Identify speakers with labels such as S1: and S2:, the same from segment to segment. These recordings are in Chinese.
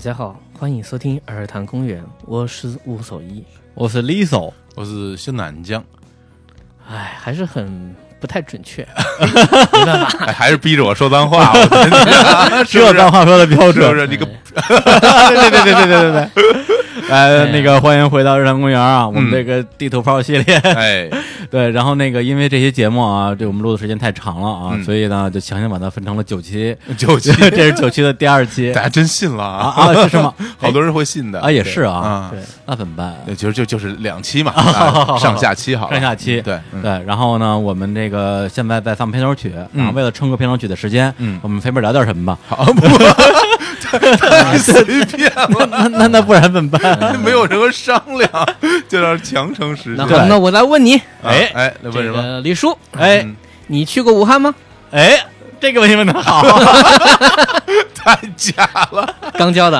S1: 家好，欢迎收听儿童公园，我是吴守一。
S2: 我是 Lisa，
S3: 我是新南将，
S1: 哎，还是很不太准确。
S3: 哎，还是逼着我说脏话，我真的是不
S2: 这
S3: 是
S2: 脏话啊说的标
S3: 是不
S2: 准。
S3: 是？你个
S2: 对对对对 对对对。来，哎
S3: 哎
S2: 那个欢迎回到日坛公园啊，我们
S3: 嗯
S2: 这个地图炮系列。
S3: 哎，
S2: 对，然后那个因为这期节目啊，这我们录的时间太长了啊，
S3: 嗯
S2: 所以呢就强行把它分成了九期，
S3: 九七，
S2: 这是九期的第二 期
S3: 大
S2: 啊
S3: 家真信了啊！
S2: 啊，是吗？
S3: 好多人会信的
S2: 啊也是啊，
S3: 啊，
S1: 对，
S2: 那怎么办？
S3: 对，其实就就是两期嘛，啊上下期好了，
S2: 上下期
S3: 对 嗯
S2: 对，然后呢，我们这个现在在放片头曲，然后为了撑个片头曲的时间，
S3: 嗯
S2: 我们随便聊点什么吧。
S3: 好，不太随便了，
S2: 那 那那不然怎么办？
S3: 没有什么商量，就让强撑实
S1: 那
S3: 现。
S1: 好
S2: 对，
S1: 那我来问你，
S3: 啊
S2: 哎
S3: 哎，那为什
S1: 这
S3: 么？
S1: 个李叔，
S2: 哎
S3: 嗯
S1: 你去过武汉吗？
S2: 哎，这个问题问的 好。
S3: 太假 了！
S1: 刚教的，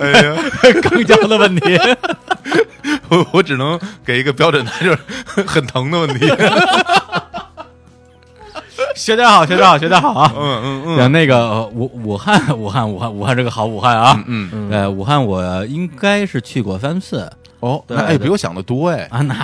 S3: 哎呀，
S2: 更焦的问题。
S3: 我我只能给一个标准答案，就是很疼 的问题。
S2: 学点好，学点好，学点好啊！
S3: 嗯嗯
S2: 然后那个呃武武汉，武汉，武汉，武汉这个好武汉啊！
S3: 嗯嗯，
S2: 呃，武汉我应该是去过三次
S3: 哦，那
S1: 对
S3: 哎，
S1: 对
S3: 比我想的多哎
S2: 啊，那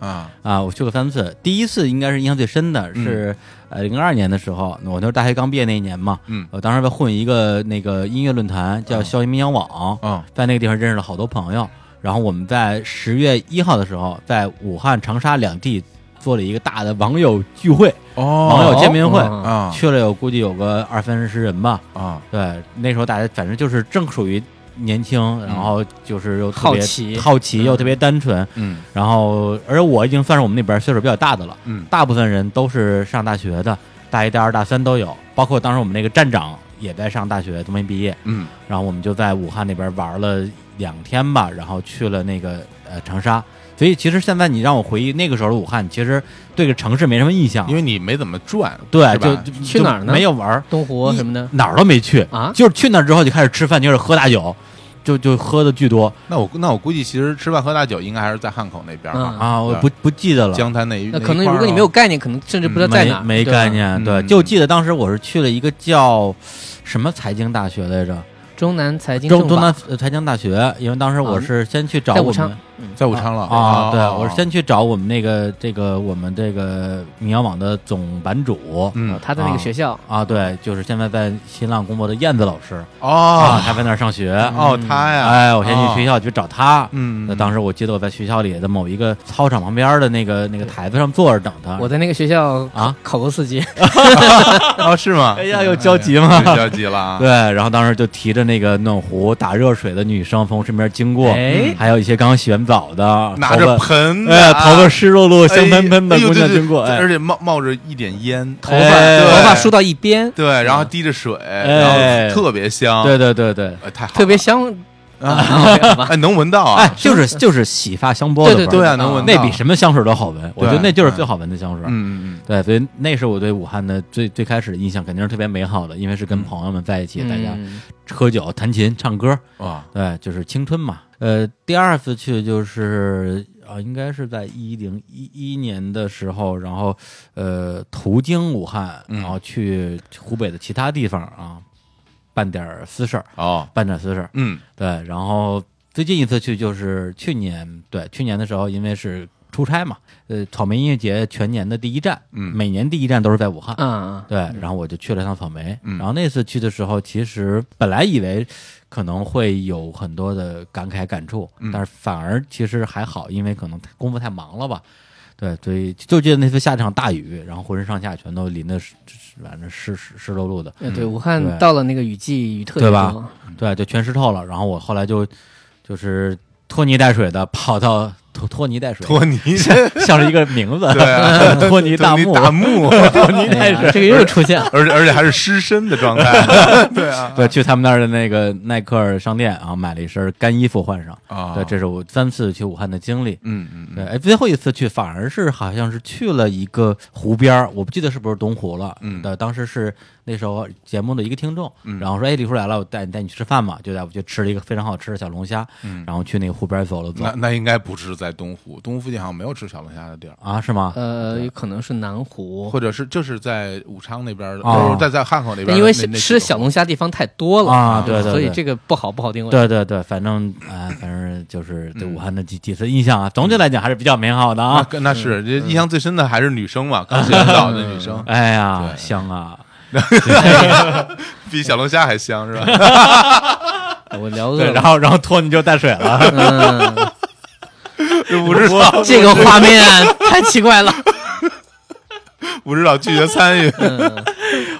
S3: 啊！
S2: 啊，我去过三次。第一次应该是印象最深的是，呃，零二年的时候，我那时候大学刚毕业那一年嘛，
S3: 嗯哦
S2: 我当时在混一个那个音乐论坛，叫校园民谣网，
S3: 嗯
S2: 在那个地方认识了好多朋友。然后我们在十月一号的时候，在武汉、长沙两地做了一个大的网友聚会，
S3: 哦
S2: 网友见面会，
S1: 哦
S3: 啊
S2: 去了有估计有个二三十人吧。
S3: 啊，
S2: 对，那时候大家反正就是正属于年轻，然后就是又特
S1: 好
S2: 别
S1: 奇
S2: 好奇又特别单纯。
S3: 嗯
S2: 然后，而我已经算是我们那边岁数比较大的了，
S3: 嗯
S2: 大部分人都是上大学的，大一、大二、大三都有，包括当时我们那个站长也在上大学，都没毕业。
S3: 嗯
S2: 然后我们就在武汉那边玩了两天吧，然后去了那个呃长沙。所以其实现在你让我回忆那个时候的武汉，其实对这个城市没什么印象，
S3: 因为你没怎么转，
S2: 对就
S3: 是吧
S2: 哎就
S1: 去
S2: 就
S1: 哪儿呢
S2: 没有玩儿，
S1: 东湖什么 的
S2: 哪儿都没去
S1: 啊
S2: 就是去那儿之后就开始吃饭，就是喝大酒，就就喝的巨多
S3: 那我那我估计其实吃饭喝大酒应该还是在汉口那边吧，
S1: 嗯
S2: 啊，我不不记得了，
S3: 江滩那一
S1: 那可能
S3: 一块儿
S1: 如果你没有概念，可能甚至不知道在哪儿，
S2: 哦没没
S1: 对吧
S2: 概。念，
S3: 嗯
S2: 对，就记得当时我是去了一个叫什么财经大学来着，
S1: 中南财经
S2: 中
S1: 政
S2: 中
S1: 法
S2: 南呃财经大学，因为当时我是先去
S1: 啊
S2: 找
S1: 在
S2: 我
S1: 武
S2: 们
S1: 昌。嗯
S3: 在武昌了
S2: 啊，对，
S3: 哦
S2: 我是先去找我们那个这个我们这个民谣网的总版主
S3: 嗯
S1: 他在那个
S2: 啊
S1: 学校，
S2: 啊，对，就是现在在新浪工作的燕子老师啊，
S3: 哦
S2: 他在那儿上学，
S3: 哦他呀，
S2: 哎，我先去学
S3: 校，
S2: 校去找他，
S3: 啊嗯，
S2: 那当时我记得我在学校里的某一个操场旁边的那个那个台子上坐着等他。
S1: 我在那个学校
S2: 啊
S1: 考过四级，
S3: 哦是吗？
S2: 哎呀有交集吗
S3: 哎呀有交集了啊，
S2: 对，然后当时就提着那个暖壶打热水的女生从我身边经过，
S1: 哎
S2: 还有一些刚洗完澡的，
S3: 拿
S2: 头
S3: 着
S2: 发
S3: 盆的
S2: 哎
S3: 啊，
S2: 头发湿漉漉、
S3: 哎
S2: 香喷喷的
S3: 哎呦
S2: 姑娘
S3: 对对
S2: 经过，哎
S3: 而且冒冒着一点烟，
S1: 头发
S2: 哎
S1: 头发
S3: 对
S1: 梳到一边，
S3: 对，然后
S2: 嗯
S3: 滴着水，然后特别香，
S2: 哎对对对对，
S3: 呃，太好了
S1: 特别香，
S3: 啊，
S1: 好吧
S3: 哎，能闻到啊
S2: 哎，，就是就是洗发香波的
S1: 对
S2: 味儿，
S3: 对啊，能闻到，
S2: 那比什么香水都好闻，我觉得
S3: 对
S2: 那就是最好闻的香水。
S3: 嗯嗯
S2: 对，所以那是我对武汉的最最开始的印象，肯定是特别美好的，因为是
S3: 嗯
S2: 跟朋友们在一起，大家
S1: 嗯
S2: 喝酒、弹琴、唱歌，
S3: 嗯，哇，
S2: 对，就是青春嘛。呃，第二次去就是啊，应该是在一零一一年的时候，然后呃途经武汉，
S3: 嗯
S2: 然后去湖北的其他地方啊，办点儿私事儿，
S3: 哦，
S2: 办点儿私事儿。
S3: 嗯
S2: 对，然后最近一次去就是去年，对，去年的时候因为是出差嘛，呃，草莓音乐节全年的第一站，
S3: 嗯
S2: 每年第一站都是在武汉。
S1: 啊，
S2: 对，然后我就去了趟草莓，
S3: 嗯
S2: 然后那次去的时候，其实本来以为可能会有很多的感慨感触，
S3: 嗯
S2: 但是反而其实还好，因为可能工作太忙了吧。对，所以就记得那次下一场大雨，然后浑身上下全都淋的，反正湿湿湿漉漉的，
S1: 哎对，武
S2: 嗯对
S1: 汉到了那个雨季，雨特别
S2: 对吧
S1: 多，
S2: 对，就全湿透了。然后我后来就就是拖泥带水的跑到拖拖泥带水，
S3: 托尼
S2: 像是一个名字，
S3: 对啊
S2: 拖泥大
S3: 托尼
S2: 木，
S3: 大木，
S2: 拖泥带
S1: 哎呀
S2: 水。
S1: 这个又出现了，
S3: 而且而且还是湿身的状态， 对 啊，
S2: 对，去他们那儿的那个耐克商店啊，买了一身干衣服换上。
S3: 啊，
S2: 对，这是我三次去武汉的经历。
S3: 嗯嗯
S2: 对，
S3: 嗯，
S2: 哎，最后一次去反而是好像是去了一个湖边儿，我不记得是不是东湖了。
S3: 嗯
S2: 对，当时是那时候节目的一个听众，
S3: 嗯
S2: 然后说：“哎，李叔来了，我带你带你去吃饭吧。”就带我去吃了一个非常好吃的小龙虾，然后嗯去那个湖边走了走
S3: 那那应该不是在东湖，东湖附近好像没有吃小龙虾的地儿，
S2: 啊，是吗？
S1: 呃，有可能是南湖，
S3: 或者是就是在武昌那边的，
S2: 哦
S3: 就是在在汉口那边的，
S1: 因为
S3: 那
S1: 是
S3: 那
S1: 吃
S3: 几
S1: 小
S3: 个
S1: 龙虾地方太多了
S2: 啊对对
S1: 所以
S2: 对
S1: 这个不好不好定位。
S2: 对对对，反正啊、反正就是对武汉的几几次印象啊，总体来讲还是比较美好的
S3: 那
S2: 啊。
S3: 跟那是这印象最深的还是女生嘛，刚学舞蹈的女生
S2: 哎呀，
S3: 对
S2: 香啊！
S3: 比小龙虾还香 是吧？
S1: 我聊饿
S2: 对，然
S1: 了，
S2: 后然后托尼就带水 了，
S1: 嗯，
S3: 不知道
S1: 这个画面太奇怪了。
S3: 不知道拒绝参与，
S2: 嗯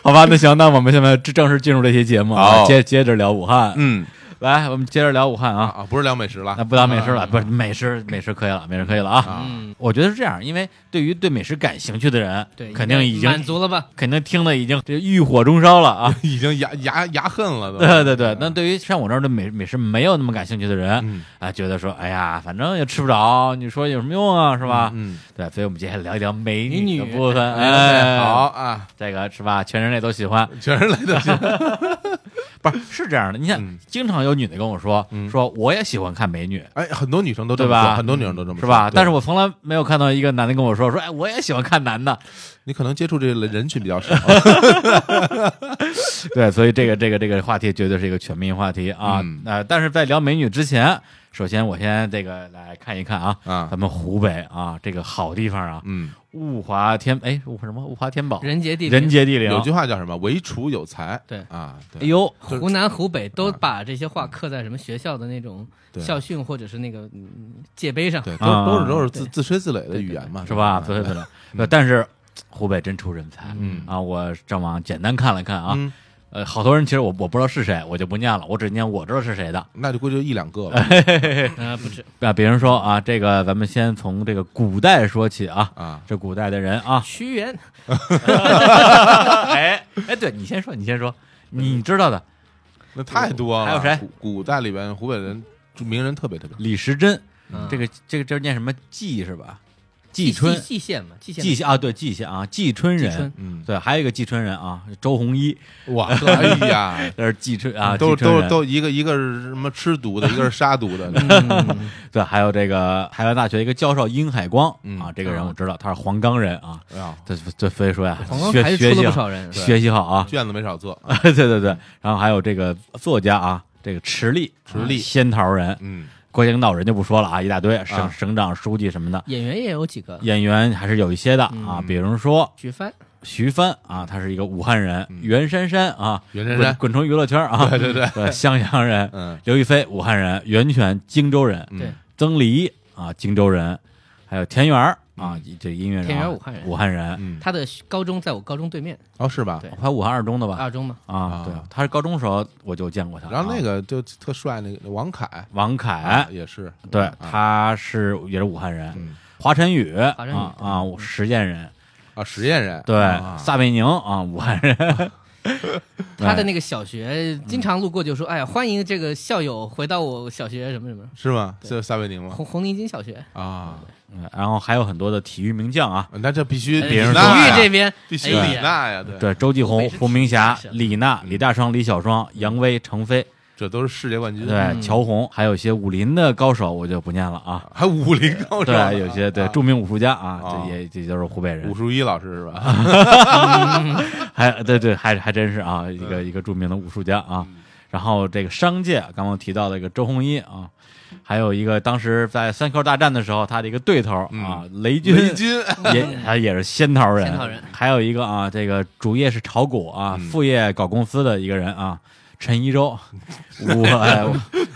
S2: 好吧？那行，那我们现在正正式进入这期节目啊，
S3: 好
S2: 接接着聊武汉。
S3: 嗯
S2: 来，我们接着聊武汉啊。
S3: 啊，不是聊美食了
S2: 那，不聊美食了，不是美食，美食可以了，美食可以了 啊！
S1: 嗯，
S2: 我觉得是这样，因为对于对美食感兴趣的人，
S1: 对，
S2: 肯定已经
S1: 满足了吧？
S2: 肯定听的已经这欲火中烧了啊！
S3: 已经牙牙牙恨了都。
S2: 对对对，那对于像我这样的美美食没有那么感兴趣的人，
S3: 嗯
S2: 啊，觉得说，哎呀，反正也吃不着，你说有什么用啊，是吧？
S3: 嗯，
S2: 对，所以我们接下来聊一聊美
S1: 美
S2: 女的
S1: 女
S2: 部分，哎，
S3: 哎，好，啊，
S2: 这个是吧？全人类都喜欢，
S3: 全是来的这
S2: 不是是这样的，你看，
S3: 嗯
S2: 经常有女的跟我说，
S3: 嗯
S2: 说我也喜欢看美女，
S3: 哎，很多女生都这
S2: 对
S3: 么
S2: 吧嗯
S3: 说很多女生都这么
S2: 是吧？但是
S3: 我
S2: 我从来没有看到一个男的跟我说，说，哎，我也喜欢看男 的，
S3: 你可能接触这类人群比较少，啊
S2: 对，所以这个这个这个话题绝对是一个全民话题啊。
S3: 嗯
S2: 呃，但是在聊美女之前，首先我先这个来看一看啊，
S3: 啊
S2: 咱们湖北啊这个好地方啊，
S3: 嗯，
S2: 物华天哎物什么物华天宝
S1: 人杰地灵
S2: 人杰地灵，
S3: 有句话叫什么“唯厨有才”，
S1: 对
S3: 啊，
S2: 哎
S3: 对，
S2: 呦，
S1: 湖南、湖北都把这些话刻在什么学校的那种
S3: 对
S1: 校训或者是那个嗯界碑上。
S3: 对，
S2: 啊
S3: 都都是都是自
S1: 对
S3: 自吹自擂的语言嘛，啊
S2: 是吧？
S3: 对
S2: 对对对，对但是湖北真出人才，
S3: 嗯
S2: 啊，我上网简单看了看啊，
S3: 嗯
S2: 呃，好多人其实我我不知道是谁，我就不念了，我只念我知道是谁的。
S3: 那就估计就一两个了
S2: 哎
S1: 啊， 不止，
S2: 啊，比如说啊，这个咱们先从这个古代说起啊，
S3: 啊。
S2: 这古代的人 啊，
S1: 屈原
S2: 哎哎，对你先说，你先说，你知道的
S3: 那太多了。
S2: 还有谁
S3: 古？古代里边湖北人就名人特别特别多。
S2: 李时珍，
S1: 嗯
S2: 这个这个这念什么季是吧？
S1: 季
S2: 季春，
S1: 季县嘛，季县
S2: 季啊，对季县啊，季春
S1: 季
S2: 人
S1: 春，
S3: 嗯，
S2: 对，还有一个季春人啊，周鸿祎，
S3: 哇，哎呀，
S2: 这是季春 啊，
S3: 都
S2: 季春
S3: 都
S2: 人
S3: 都一个一个是什么吃毒的，一个是杀 毒的，
S1: 嗯
S2: 对，还有这个海洋大学一个教授殷海光
S3: 嗯
S2: 啊，这个人我知道，他是黄冈人啊，
S3: 哎呀，
S2: 这这所以说呀，
S1: 黄冈
S2: 学
S1: 还是
S2: 学
S1: 出
S2: 习
S1: 了不
S2: 好
S1: 少人。
S2: 学习好啊，
S3: 卷子没少做。
S2: 对对对，然后还有这个作家啊，这个池力，
S3: 池力
S2: 啊仙桃人，
S3: 嗯，
S2: 国家领导人就不说了啊，一大堆省
S3: 啊
S2: 省长、书记什么的，
S1: 演员也有几个，
S2: 演员还是有一些的
S3: 嗯
S2: 啊，比如说
S1: 许帆
S2: 徐帆啊，他是一个武汉人，袁姗姗啊，
S3: 嗯袁姗姗
S2: 滚滚出娱乐圈啊，
S3: 对对对
S2: 对，襄阳人，
S3: 嗯
S2: 刘亦菲武汉人，袁泉荆州人，
S3: 嗯
S1: 对
S2: 曾黎啊荆州人，还有田园儿啊，这音乐人啊，
S1: 田园武汉人
S2: 武汉人，
S3: 嗯，
S1: 他的高中在我高中对面，
S3: 哦是吧？
S1: 对
S2: 还有武汉二中的吧？
S1: 二中嘛，
S2: 啊，
S3: 啊
S2: 对，他是高中时候我就见过他。
S3: 然后那
S2: 啊
S3: 个就特帅，那个王凯，
S2: 王
S3: 啊
S2: 凯，
S3: 也是，
S2: 对，
S3: 啊
S2: 他是也是武汉人
S3: 嗯，
S2: 华晨宇啊
S1: 晨宇
S2: 啊，我实践人，
S3: 啊，实验人，
S2: 对
S3: 啊，
S2: 撒贝宁啊，武汉人，
S1: 他的那个小学经常路过就说：“哎呀，欢迎这个校友回到我小学什么什么
S3: 是吗？是撒贝宁吗？
S1: 红红领巾小学。
S3: 啊，
S2: 嗯然后还有很多的体育名将啊，
S3: 那这必须
S1: 哎”
S2: 别人
S1: 体
S2: 说
S3: 那呀
S1: 育这边
S3: 必须
S1: 哎呀
S3: 李娜呀，对，嗯
S2: 对，周继
S1: 湖北
S2: 红、
S1: 是
S2: 胡明霞
S1: 体育之、神
S2: 李娜、李大双、李小双、杨威、程飞，
S3: 这都是世界冠军，
S2: 对，乔红，还有一些武林的高手，我就不念了啊。
S3: 还武林高手呢，
S2: 对，有些对
S3: 啊
S2: 著名武术家啊，
S3: 啊
S2: 这也这都是湖北人
S3: 武，术一老师是吧？
S2: 还对对，还还真是啊，一个一个著名的武术家啊。然后这个商界，刚刚提到的一个周鸿祎啊，还有一个当时在三口大战的时候，他的一个对头啊，雷军，
S3: 雷军，
S2: 也他也是仙桃人，
S1: 仙桃人
S2: 还有一个啊，这个主业是炒股啊，
S3: 嗯
S2: 副业搞公司的一个人啊，陈一舟，武哎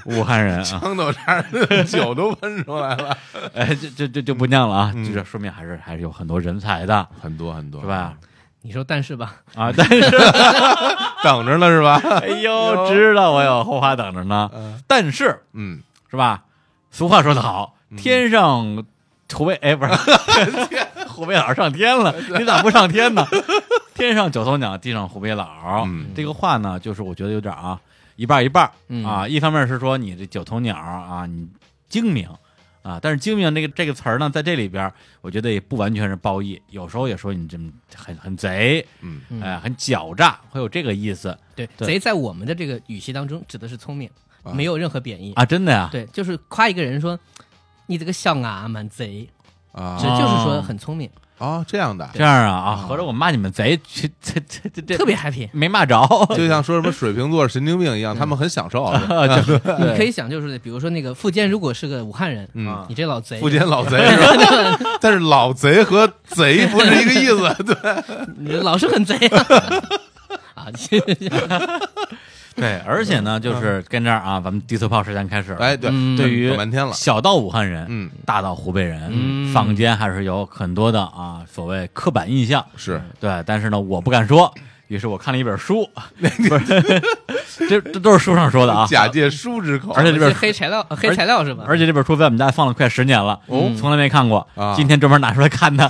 S2: 武汉人 啊，
S3: 汤豆渣儿酒都喷出来了，
S2: 哎，这这这就不念了啊，就这说明还是还是有很多人才的，
S3: 很多很多
S2: 是？吧？
S1: 你说但是吧，
S2: 啊，但是
S3: 等着呢是吧？
S2: 哎呦，知道我有后话等着呢
S3: 嗯，
S2: 但是
S3: 嗯，
S2: 是吧？俗话说得好，天上土匪哎，不是 虎背佬上天了，你咋不上天呢？天上九头鸟，地上虎背佬。
S3: 嗯
S2: 这个话呢，就是我觉得有点啊，一半儿一半儿、
S1: 嗯
S2: 啊。一方面是说你这九头鸟啊，你精明啊。但是精明这个这个词儿呢，在这里边儿，我觉得也不完全是褒义，有时候也说你这么很很贼，
S3: 嗯，
S1: 嗯
S2: 哎、很狡诈，会有这个意思
S1: 对，
S2: 对
S1: 贼在我们的这个语系当中指的是聪明，
S3: 啊
S1: 没有任何贬义。
S2: 啊，真的呀、
S1: 对，就是夸一个人说你这个小伢蛮贼，
S3: 啊
S1: 这就是说很聪明，
S3: 啊，这样的，
S2: 这样啊啊，合着我骂你们贼，这这这这这
S1: 特别 happy。
S2: 没骂着，
S3: 就像说什么水瓶座神经病一样，他们很享受。啊
S1: 你可以想，就是比如说那个付坚，如果是个武汉人，
S3: 嗯，
S1: 你这老
S2: 哎
S1: 贼，
S3: 富坚老贼是 吧？但是老贼和贼不是一个意思， 对，
S1: 你老是很贼啊。啊， 这
S2: 对，哎而且呢，就是跟这儿啊，咱们低速炮实战开始了。
S3: 哎，对，
S1: 嗯
S2: 对于
S3: 等半天了
S2: 小到武汉人，
S3: 嗯，
S2: 大到湖北人，
S1: 嗯
S2: 坊间还是有很多的啊所谓刻板印象。
S3: 是
S2: 对，但是呢，我不敢说，于是我看了一本书，不是 这这都是书上说的啊，
S3: 假借书之口，
S2: 而且这
S1: 是
S2: 本
S1: 黑材料，黑材料是吧？
S2: 而且这本书在我们家放了快十年了，
S3: 哦
S2: 从来没看过
S3: 啊，
S2: 今天专门拿出来看的。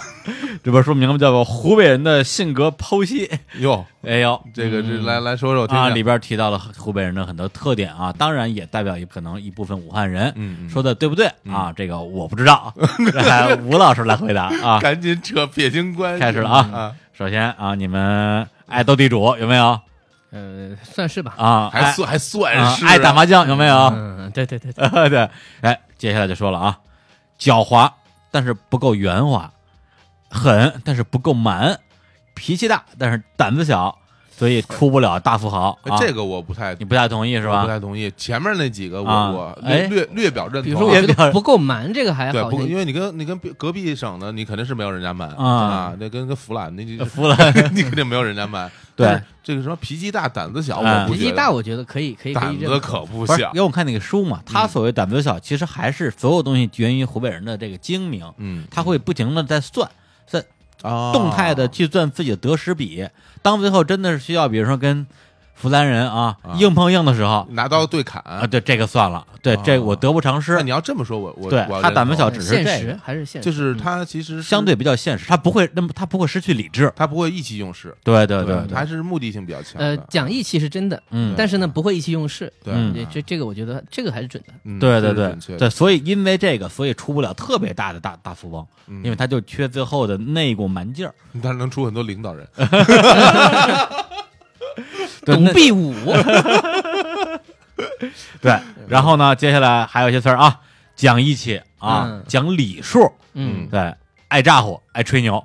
S2: 这本书名字叫做《湖北人的性格剖析》，
S3: 哟，
S2: 哎呦，
S3: 这个这来来说说我听
S2: 啊，里
S3: 听，
S2: 边提到了湖北人的很多特点啊，当然也代表一可能一部分武汉人。
S3: 嗯嗯
S2: 说的对不对啊？这个我不知 道，来吴老师来回答啊。
S3: 赶紧扯撇清关系，
S2: 开始了
S3: 嗯
S2: 啊！首先啊，你们爱斗地主有没有
S1: 呃，算是吧。
S2: 啊？
S3: 还算还
S2: 爱
S3: 算
S2: 啊
S3: 是
S2: 爱打麻 将有没有？
S1: 嗯，对对对对，
S2: 对，哎，接下来就说了啊，狡猾但是不够圆滑，狠但是不够蛮，脾气大但是胆子小，所以出不了大富豪啊。
S3: 哎这个我不太
S2: 你不太同意是吧
S3: 不？太同意。前面那几个
S2: 啊
S3: 我我
S2: 哎
S3: 略略略表认同啊，
S1: 比如呃说我
S2: 别
S1: 觉
S2: 别
S1: 得不够蛮这个还
S3: 对，
S1: 好，
S3: 不，
S1: 那
S3: 因为你跟你跟别隔壁省的，你肯定是没有人家慢
S2: 啊
S3: 啊，那跟跟弗兰那 就
S2: 服了。
S3: 你肯定没有人家慢。
S2: 对
S3: 但是这个什么脾气大、胆子小，
S2: 哎
S3: 我不
S1: 脾
S3: 觉
S1: 气
S3: 得
S1: 大，我觉得可以，可以，可
S3: 胆
S1: 以
S3: 子
S1: 认可。
S3: 可不
S2: 不是，
S3: 小
S2: 因。为我看那个书嘛，他
S3: 嗯
S2: 所谓胆子小，其实还是所有东西源于湖北人的这个精明，
S3: 嗯
S2: 他会不停的在算，在
S3: 啊，
S2: 动态的计算自己的得失比。当最后真的是需要，比如说跟湖南人啊
S3: 啊
S2: 硬碰硬的时候
S3: 拿刀对砍
S2: 啊，对这个算了，对这
S3: 啊
S2: 我得不偿
S3: 那
S2: 失
S3: 你。要这么说，我我
S2: 对
S3: 我要
S2: 他
S3: 认
S2: 胆子
S3: 同
S2: 小只
S1: 呃
S2: 是
S1: 现
S2: 这
S1: 实
S2: 个
S1: 还是现实，
S3: 就是
S1: 嗯
S3: 他其实是
S2: 相对比较现实，他不会那么他不会失去理智。
S3: 他不会意气用事，
S2: 对对
S3: 对
S2: 对对，
S3: 还是目的性比较强
S1: 呃
S3: 的。
S1: 讲义气是真的，
S2: 嗯，
S1: 但是呢不会意气用事，
S3: 对
S2: 嗯
S1: 这这这个我觉得这个还是准的。
S3: 嗯
S2: 对对
S3: 这是
S2: 对
S3: 准确的
S2: 对，所以因为这个，所以出不了特别大的大大富翁，
S3: 嗯
S2: 因为他就缺最后的那股蛮劲儿。
S3: 但是能出很多领 导人，
S2: 对那
S1: 董必武，嗯
S2: 对，然后呢，接下来还有一些词儿啊，讲义气啊，
S1: 嗯
S2: 讲礼数，
S1: 嗯，
S2: 对，爱咋呼，爱吹牛，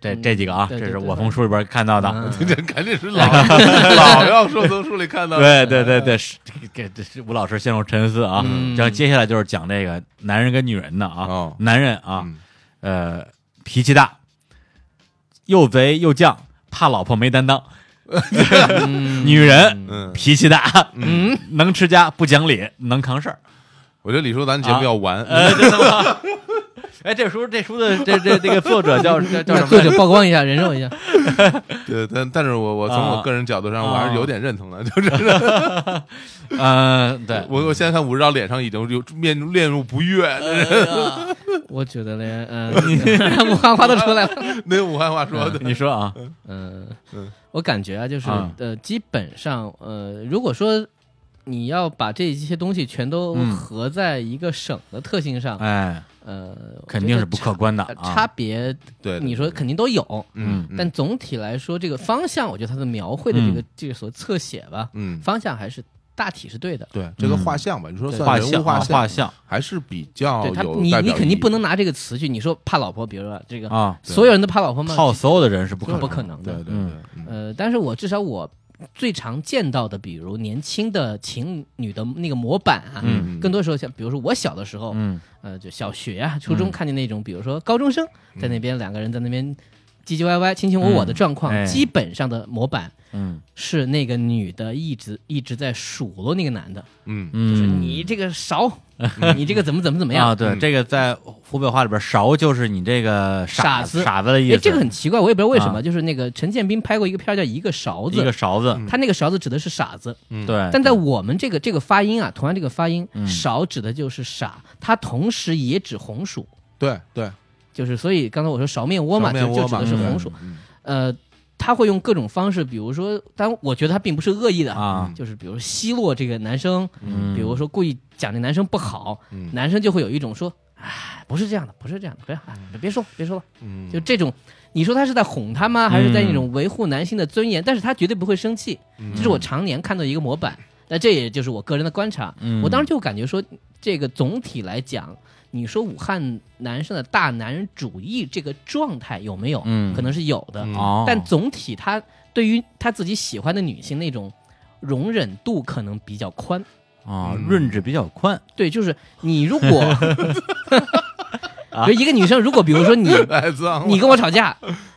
S2: 这
S1: 嗯
S2: 这几个啊，
S1: 对
S2: 这
S1: 对
S2: 是
S1: 对
S2: 我从书里边看到的。
S1: 嗯
S3: 这肯 定是老老要说从书里看到的。
S2: 对对对对，是给这是吴老师陷入沉思啊。
S1: 嗯
S2: 然后接下来就是讲这个男人跟女人的啊，
S3: 哦
S2: 男人啊，
S3: 嗯
S2: 呃，脾气大，又贼又犟，怕老婆没担当；
S1: 嗯
S2: 女人
S3: 嗯，
S2: 脾气大，
S1: 嗯，
S2: 能持家，不讲理，能扛事儿。
S3: 我觉得李叔咱节目要完，
S2: 呃，真的吗？哎，这书这书的这这这个作者叫叫叫什
S1: 那
S2: 么
S1: 作
S2: 来着？
S1: 者曝光一下，人肉一下，
S3: 对，但但是我我从我个人角度上，
S2: 啊
S3: 我还是有点认同的，就是
S2: 嗯，对，
S3: 我我现在看武指导脸上已经有面面露不悦，
S2: 呃
S1: 我觉得嘞， 嗯，武汉话都出来了，
S3: 那武汉话说的，
S2: 你说啊，
S1: 嗯
S3: 嗯，
S1: 我感觉啊，就是
S2: 啊
S1: 呃，基本上呃，如果说你要把这些东西全都
S2: 嗯
S1: 合在一个省的特性上，
S2: 哎，
S1: 呃，
S2: 肯定是不客观的
S1: 我觉得
S2: 啊
S1: 差。差别
S3: 对，
S1: 你说肯定都有，
S3: 嗯，嗯，
S1: 但总体来说，这个方向，我觉得它的描绘的这
S2: 嗯
S1: 个这个所侧写吧，
S3: 嗯，
S1: 方向还是大体是对的。
S3: 对，这个画像吧，你说
S1: 对
S3: 算人
S2: 像
S3: 物画
S2: 啊嗯画
S3: 像，
S2: 像
S3: 还是比较
S1: 对他，
S3: 哦有
S1: 你
S3: 代
S1: 你
S3: 表
S1: 肯
S3: 意义
S1: 定不能拿这个词去，你说怕老婆，比如说这个，
S2: 啊，
S1: 所有人都怕老婆吗？
S2: 套所有的人是不
S1: 嗯
S2: 可
S1: 不
S2: 能
S1: 可能
S3: 对
S1: 的。
S3: 对对，
S2: 嗯
S3: 嗯
S1: 呃，但是我至少我最常见到的，比如年轻的情侣的那个模板啊，
S2: 嗯
S1: 更多时候像比如说我小的时候，
S2: 嗯
S1: 呃，就小学啊、初中
S2: 嗯
S1: 看见那种，比如说高中生在那边两个人在那边唧唧歪歪、卿卿我我的
S2: 嗯
S1: 状况，
S2: 哎
S1: 基本上的模板
S2: 嗯
S1: 是那个女的一直一直在数落那个男的，
S3: 嗯，
S1: 就是
S2: 嗯，
S1: 你这个勺，你这个怎么怎么怎么
S2: 啊，
S1: 样。
S2: 对，
S3: 嗯
S2: 这个在湖北话里边，勺就是你这个
S1: 傻
S2: 子
S1: 子
S2: 傻子的意
S1: 哎，
S2: 思。
S1: 这个很奇怪，我也不知道为什么，
S2: 啊
S1: 就是那个陈建斌拍过一个片儿叫《一个勺
S2: 一
S1: 子
S2: 个》，勺
S3: 嗯
S2: 子，
S1: 他那个勺子指的是傻子，
S2: 哎对，
S1: 但在我们这个这个发音啊，同样这个发音
S2: 嗯，
S1: 勺指的就是傻，它同时也指红薯，
S3: 对对，
S1: 就是所以刚才我说勺面窝嘛，
S3: 小
S1: 就
S3: 面
S1: 就
S3: 窝
S1: 指
S3: 嘛
S1: 的是
S2: 嗯
S1: 红薯，
S3: 嗯
S1: 呃，他会用各种方式，比如说，但我觉得他并不是恶意的，
S2: 啊，
S1: 就是比如奚落这个男生，
S2: 嗯
S1: 比如说故意讲这男生不好，
S3: 嗯
S1: 男生就会有一种说，哎，不是这样的，不是这样的，不要，哎别说了，别说了，
S3: 嗯
S1: 就这种。你说他是在哄他
S2: 嗯
S1: 吗？还是在那种维护男性的尊严？但是他绝对不会生气，
S2: 嗯
S1: 这是我常年看到一个模板。那这也就是我个人的观察。
S2: 嗯
S1: 我当时就感觉说，这个总体来讲，你说武汉男生的大男人主义这个状态有没有？
S2: 嗯
S1: 可能是有的。
S3: 嗯
S2: 哦，
S1: 但总体他对于他自己喜欢的女性那种容忍度可能比较宽。
S2: 啊
S3: 嗯
S2: 润质比较宽，
S1: 对，就是你如 果， 比如一个女生，如果比如说 你
S3: 太
S2: 啊
S3: 脏了，
S1: 你跟我吵架，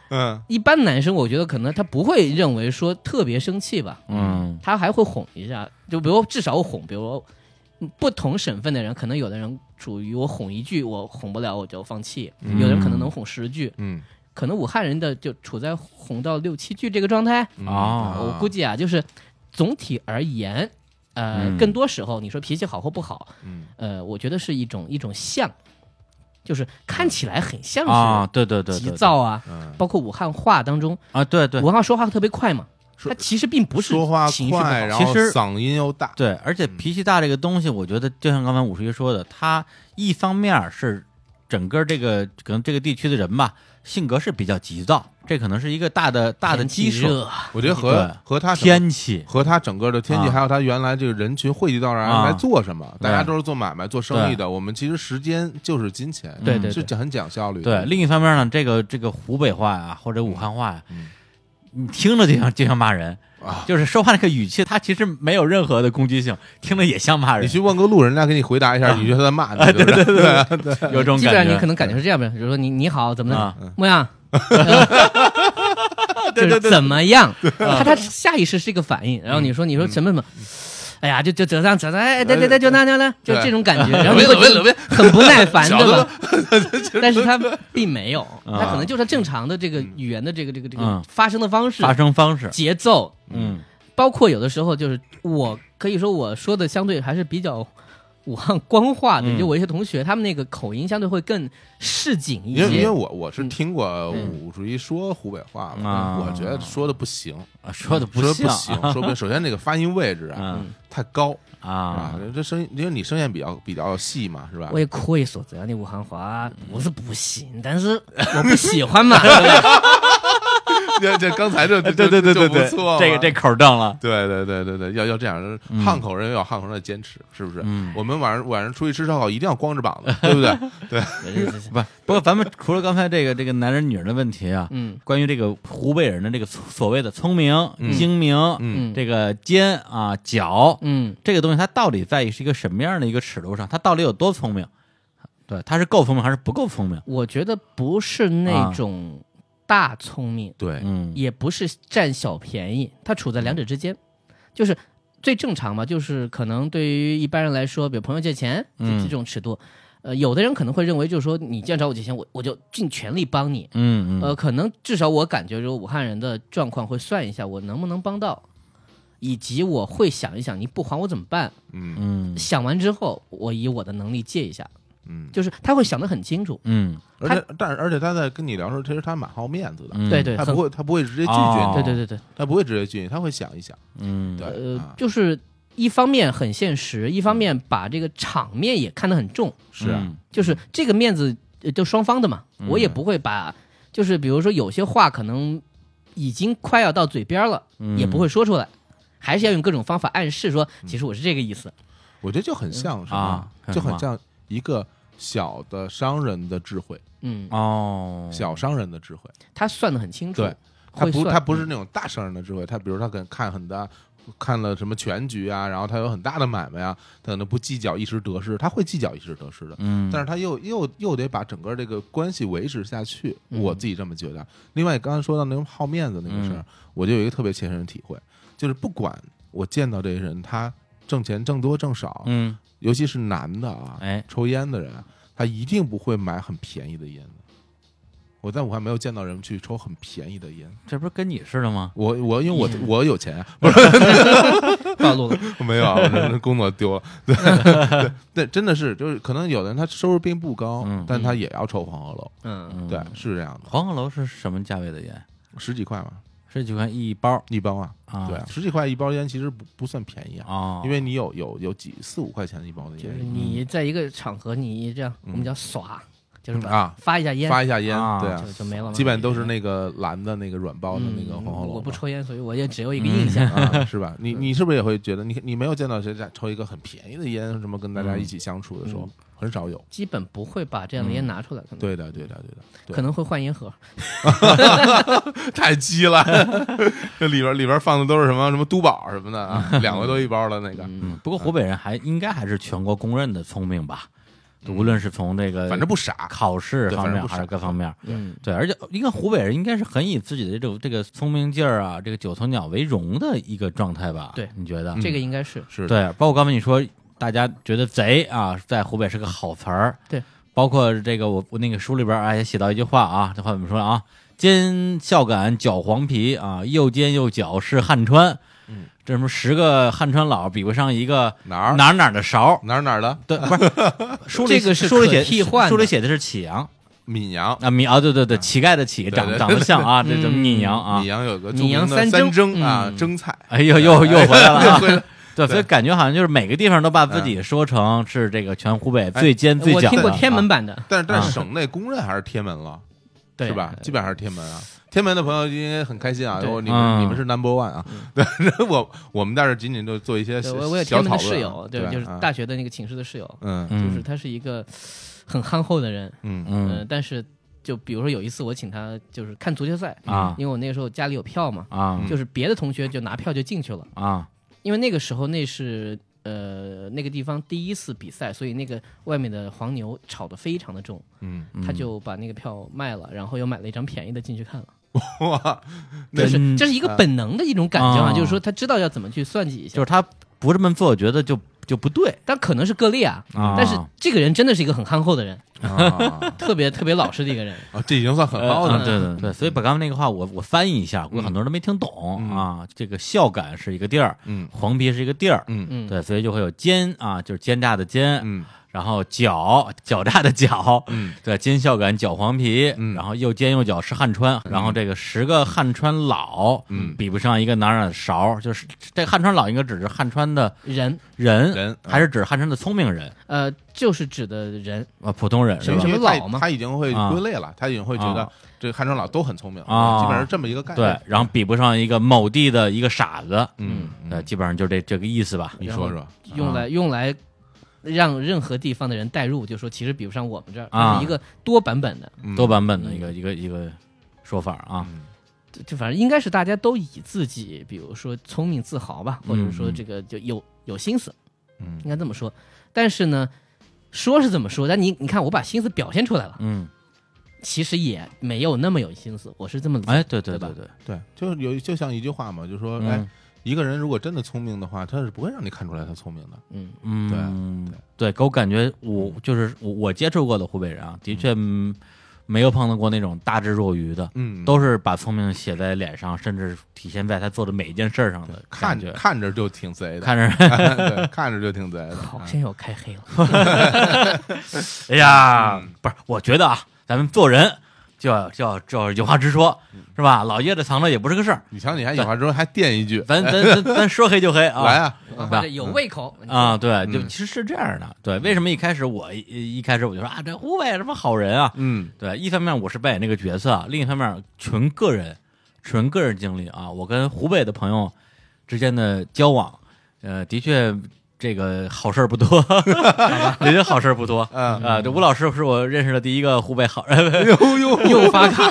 S3: 嗯
S1: 一般男生我觉得可能他不会认为说特别生气吧，
S2: 嗯
S1: 他还会哄一下，就比如至少我哄，比如不同省份的人，可能有的人属于我哄一句我哄不了我就放弃，
S2: 嗯
S1: 有的人可能能哄十句，
S3: 嗯
S1: 可能武汉人的就处在哄到六七句这个状态，
S3: 嗯
S2: 哦
S1: 我估计啊，就是总体而言，呃，
S2: 嗯
S1: 更多时候你说脾气好或不好，
S3: 嗯
S1: 呃，我觉得是一种一种像，就是看起来很像
S2: 啊，
S1: 是
S2: 对对
S1: 嗯
S2: 对，对
S1: 急躁啊，
S3: 嗯，
S1: 包括武汉话当中，
S2: 啊，对对
S1: 武汉话说话特别快嘛，
S3: 说
S1: 他其实并不是
S3: 说话
S1: 情绪不好
S3: 快，然后
S2: 其实
S3: 嗓音又大，
S2: 对，而且脾气大这个东西，我觉得就像刚才武叔一说的，他一方面儿是整个这个可能这个地区的人吧，性格是比较急躁，这可能是一个大的大的
S1: 天气
S2: 基础。
S1: 热，
S3: 我觉
S2: 对
S3: 得和和他整
S2: 天气，
S3: 和他整个的天气，
S2: 啊
S3: 还有他原来这个人群汇集到这儿
S2: 啊
S3: 来做什么，大家
S2: 对
S3: 都是做买卖、做生意的。我们其实时间就是金钱，
S1: 对
S2: 嗯
S1: 对对
S3: 是很讲效率
S2: 对。
S3: 的。
S2: 另一方面呢，这个这个湖北话啊，或者武汉话呀、
S3: 嗯
S2: 你听着就像就像骂人，
S3: 啊
S2: 就是说话那个语气，它其实没有任何的攻击性，听着也像骂
S3: 你
S2: 人，啊
S3: 去问个路人，人家给你回答一下，你觉得他在骂 你，对对对对，
S2: 有种
S1: 基
S2: 感
S1: 本
S2: 觉。
S1: 上你可能感觉是这样的，比如说你你好怎么的，
S2: 啊，
S1: 莫 样。就是怎么样？
S2: 啊
S1: 他他下意识是一个反应，然后你说你说什么什么，
S2: 嗯
S1: 哎呀，就就这样，这样，哎，对对对，就那那那，就
S3: 对
S1: 这种感觉， 然后你会觉得很不耐烦，
S3: 小
S1: 对
S3: 的
S1: 吧？但是他并没有，
S2: 啊
S1: 他可能就是正常的这个语言的这个这个这个
S2: 嗯
S1: 发声的方式、
S2: 发声方式，
S1: 节奏，
S2: 嗯
S1: 包括有的时候就是我可以说我说的相对还是比较。武汉官话的，
S2: 嗯
S1: 就我一些同学，他们那个口音相对会更市井一
S3: 因为因为
S1: 些。
S3: 我我是听过
S1: 嗯
S3: 武叔一说湖北话
S2: 啊
S3: 嘛，我觉得说的不行，
S2: 啊说的不
S3: 说得不
S2: 像
S3: 行，说不行。首先那个发音位置啊
S2: 嗯
S3: 太高
S2: 啊，，
S3: 这声音因为你声线比较比较细嘛，是吧？
S1: 我也可以说这样的武汉话不是不行，但是 我不喜欢嘛。对不对
S3: 这这刚才 这
S2: 对对对对
S3: 就就
S2: 对
S3: 不错，嘛，
S2: 这个这口儿正了，
S3: 对对对对对，要要这样，汉口人有汉口人的坚持，是不是？
S2: 嗯
S3: 我们晚上晚上出去吃烧烤，一定要光 着膀子，对不对？
S2: 不，不过咱们除了刚才这个这个男人女人的问题啊，
S1: 嗯，
S2: 关于这个湖北人的这个所所谓的聪明、
S3: 嗯
S2: 精明、
S1: 嗯
S2: 这个尖啊、角、
S1: 嗯，
S2: 这个东西，它到底在是一个什么样的一个尺度上？它到底有多聪明？对，它是够聪明还是不够聪明？
S1: 我觉得不是
S3: 啊
S1: 那种大聪明，
S3: 对，
S2: 嗯
S1: 也不是占小便宜，它处在两者之间，就是最正常嘛。就是可能对于一般人来说，比如朋友借钱这
S2: 嗯
S1: 这种尺度，呃，有的人可能会认为就是说你既然找我借钱，我我就尽全力帮你。
S2: 嗯嗯
S1: 呃，可能至少我感觉，说武汉人的状况会算一下我能不能帮到，以及我会想一想你不还我怎么办。
S3: 嗯
S2: 嗯
S1: 想完之后，我以我的能力借一下，
S3: 嗯，
S1: 就是他会想得很清楚。
S2: 嗯
S3: 而且但是而且他在跟你聊的时候，其实他蛮好面子的，
S2: 嗯，
S1: 对对
S3: 他
S1: 很
S3: 不会他不会直接拒绝
S2: 哦
S3: 你，
S1: 对对对对，
S3: 他不会直接拒绝你，他会想一想，
S2: 嗯
S3: 对，
S1: 呃
S3: 啊，嗯
S1: 就是一方面很现实，一方面把这个场面也看得很重，
S3: 是啊，
S2: 嗯
S1: 就是这个面子呃就双方的嘛，
S3: 嗯
S1: 我也不会把，就是比如说有些话可能已经快要到嘴边了，
S2: 嗯
S1: 也不会说出来。还是要用各种方法暗示说，
S3: 嗯
S1: 其实我是这个意思。
S3: 我觉得就很像什么
S2: 啊，很
S3: 就
S2: 什么
S3: 很像一个小的商人的智慧，
S1: 嗯，
S2: 哦，
S3: 小商人的智慧，
S1: 他算得很清楚
S3: 对，他
S1: 会
S3: 不他
S1: 算。
S3: 不是那种大商人的智慧，他比如他可能看很大。看了什么全局啊，然后他有很大的买卖啊，他可能不计较一时得失，他会计较一时得失的。
S2: 嗯，
S3: 但是他又又又得把整个这个关系维持下去，
S1: 嗯
S3: 我自己这么觉得。另外，刚才说到那种好面子那个事儿，
S2: 嗯
S3: 我就有一个特别切身的体会，就是不管我见到这些人，他挣钱挣多挣少，
S2: 嗯
S3: 尤其是男的啊，
S2: 哎
S3: 抽烟的人，他一定不会买很便宜的烟的。我在武汉没有见到人去抽很便宜的烟，
S2: 这不是跟你似的吗？
S3: 我我因为我
S1: 嗯
S3: 我有钱啊，
S1: 暴露了，
S3: 没 有，啊我这工作丢 了。对对，对真的是，就是可能有的人他收入并不高，
S2: 嗯
S3: 但他也要抽黄鹤楼，
S1: 嗯，
S2: 嗯
S3: 对，是这样的。
S2: 黄鹤楼是什么价位的烟？
S3: 十几块嘛，
S2: 十几块一包
S3: 一包啊，
S2: 啊
S3: 对啊，十几块一包烟其实不不算便宜啊，
S2: 啊，
S3: 因为你有有有几四五块钱一包的
S1: 哦就是
S3: 烟
S1: 你在一个场合，你这样我
S3: 嗯
S1: 们叫耍，就是把
S3: 啊
S1: 发一下烟，
S3: 发一下烟
S2: 啊，
S3: 对啊
S1: 就，就没了嘛。
S3: 基本都是那个蓝的那个软包的
S1: 嗯
S3: 那个黄喉咙，
S1: 我不抽烟，所以我也只有一个印象。
S3: 啊，是吧？你你是不是也会觉得你你没有见到谁在抽一个很便宜的烟，什么跟大家
S1: 嗯
S3: 一起相处的时候，很少有。
S1: 基本不会把这样的烟拿出来，可能
S3: 嗯对的，对的，对的， 对
S1: 可能会换烟盒，
S3: 太鸡 了，这里边里边放的都是什么什么都宝什么的啊，两块多一包的那个，
S2: 嗯，不过湖北人还应该还是全国公认的聪明吧，就无论是从这个
S3: 嗯反正不傻。
S2: 考试
S3: 对
S2: 方
S3: 反正
S2: 面
S3: 不傻
S2: 还是各方面，
S1: 嗯，
S2: 对，而且应该湖北人应该是很以自己的这种这个聪明劲儿啊，这个九头鸟为荣的一个状态吧？
S1: 对
S2: 你觉得？
S1: 这个应该是
S3: 嗯是的，
S2: 对，包括刚才你说大家觉得贼啊，在湖北是个好词儿。
S1: 对，
S2: 包括这个我我那个书里边儿哎也写到一句话啊，这话怎么说啊？尖孝感，脚黄皮啊，又尖又脚是汉川。
S3: 嗯，
S2: 这什么十个汉川佬比不上一个
S3: 哪儿
S2: 哪儿哪儿的勺。
S3: 哪儿哪儿的
S2: 对，不是 书里
S1: 这个是
S2: 书里
S1: 可
S2: 写
S1: 替换的
S2: 书里写的是启阳
S3: 闽阳，
S2: 啊，米啊，对对对，乞丐的乞，
S3: 对
S2: 长
S3: 对
S2: 长得像啊，这叫
S1: 嗯
S2: 米阳啊
S3: 闽。阳有个著
S1: 闽
S3: 名
S1: 阳
S3: 的
S1: 三
S3: 三蒸
S1: 蒸
S3: 啊
S1: 嗯
S3: 蒸菜，
S2: 哎呦，又又回来了啊！
S3: 了，
S2: 对，
S3: 对
S2: 所以感觉好像就是每个地方都把自己说成是这个全湖北最尖最
S1: 哎我
S2: 角的。
S1: 听过天门版的，
S3: 但是但是
S2: 啊
S3: 省内公认还是天门了，
S1: 对
S3: 是吧？基本上还是天门啊。天门的朋友应该很开心啊，
S1: 对嗯
S3: 我你们
S2: 嗯
S3: 你们是 number one 啊， 对，我我们在这仅仅就做一些
S1: 对
S3: 小
S1: 我我有
S3: 小
S1: 天门
S3: 讨
S1: 的
S3: 论啊。
S1: 室友，对，就是
S3: 啊
S1: 大学的那个寝室的室友，
S3: 嗯
S2: 嗯，
S1: 就是他是一个很憨厚的人，
S3: 嗯
S1: 嗯
S2: 嗯，
S1: 但是就比如说有一次我请他就是看足球赛，
S2: 啊
S1: 因为我那个时候家里有票嘛，
S3: 嗯
S2: 啊
S1: 就是别的同学就拿票就进去了，
S2: 啊
S1: 因为那个时候那是。呃，那个地方第一次比赛，所以那个外面的黄牛炒得非常的重，
S3: 嗯，
S1: 他就把那个票卖了，然后又买了一张便宜的进去看了。
S3: 嗯哇，
S1: 这
S2: 嗯
S1: 是这是一个本能的一种感觉啊，
S2: 啊
S1: 就是说他知道要怎么去算计一
S2: 就
S1: 下
S2: 是，他不这么做，我觉得就就不对
S1: 但可能是个例啊。
S2: 啊。
S1: 但是这个人真的是一个很憨厚的人，
S3: 啊，
S1: 特别特别老实的一 个人。
S3: 啊这已经算很高的嗯
S2: 啊
S3: 了。
S2: 对对对，所以把刚才那个话我我翻译一下，我很多人都没听懂啊。这个孝感是一个地儿，
S3: 嗯
S2: 黄皮是一个地儿，
S3: 嗯
S1: 嗯，
S2: 对，所以就会有奸啊，就是奸诈的奸，
S3: 嗯
S2: 然后狡狡诈的狡，
S3: 嗯
S2: 对，奸孝感狡黄皮，
S3: 嗯
S2: 然后又奸又狡是汉川，然后这个十个汉川佬，
S3: 嗯
S2: 比不上一个哪儿哪儿的勺，就是这汉川佬应该指是汉川的
S1: 人
S2: 人，
S3: 人嗯
S2: 还是指汉川的聪明人
S1: 呃，就是指的人，
S2: 啊，普通人
S1: 呃什
S2: 是
S1: 么什？
S2: 吧
S3: 因
S1: 么
S3: 为他
S1: 老嘛
S3: 他已经会
S2: 啊
S3: 归类了，他已经会觉得
S2: 啊
S3: 这个汉中老都很聪明，
S2: 啊
S3: 基本上是这么一个概
S2: 对
S3: 念。，
S2: 然后比不上一个某地的一个傻子，
S3: 嗯，嗯
S2: 呃，基本上就这这个意思吧。
S3: 你说说，
S1: 用
S2: 啊
S1: 来用来让任何地方的人代入，就说其实比不上我们这儿，
S2: 啊
S1: 它是一个多版本的，
S3: 嗯
S2: 多版本的一个一个一个说法啊，
S1: 就就反正应该是大家都以自己，比如说聪明自豪吧，或者
S2: 嗯
S1: 说这个就有有心思，
S3: 嗯
S1: 应该这么说。但是呢，说是这么说，但你你看我把心思表现出来了，
S2: 嗯，
S1: 其实也没有那么有心思，我是这么理解
S2: 哎，对对
S1: 对吧
S2: 对，
S3: 对，就是有就像一句话嘛，就说哎
S2: 嗯，
S3: 一个人如果真的聪明的话，他是不会让你看出来他聪明的。
S1: 嗯，
S2: 嗯，对，给我感觉
S3: 嗯
S2: 我就是我我接触过的湖北人啊，的确嗯没有碰到过那种大智若愚的，
S3: 嗯，
S2: 都是把聪明写在脸上，甚至体现在他做的每一件事儿上的
S3: 看
S2: 感觉。
S3: 看着就挺贼的，嗯
S2: 看着，
S3: 对看着就挺贼的。
S1: 好，
S3: 啊
S1: 现在我开黑了，
S2: 哎呀
S3: 嗯，
S2: 不是，我觉得啊，咱们做人就要就要就要有话直说，
S3: 嗯
S2: 是吧？老掖着藏着也不是个事儿，
S3: 你瞧，你还有话之后还垫一句，
S2: 咱咱咱咱说黑就 黑啊，
S3: 来啊，
S1: 我或者有胃口
S2: 啊，，对，就
S3: 嗯
S2: 其实是这样的，对，为什么一开始我一一开始我就说啊，这湖北什么好人啊？
S3: 嗯
S2: 对，一方面我是扮演这个角色，另一方面纯个人，纯个人经历啊，我跟湖北的朋友之间的交往，呃，的确这个好事儿不多， 的确好事儿不多。啊、
S3: 嗯，哎
S2: 这吴老师是我认识的第一个湖北好人。
S3: 呦嗯呦，
S1: 又发卡，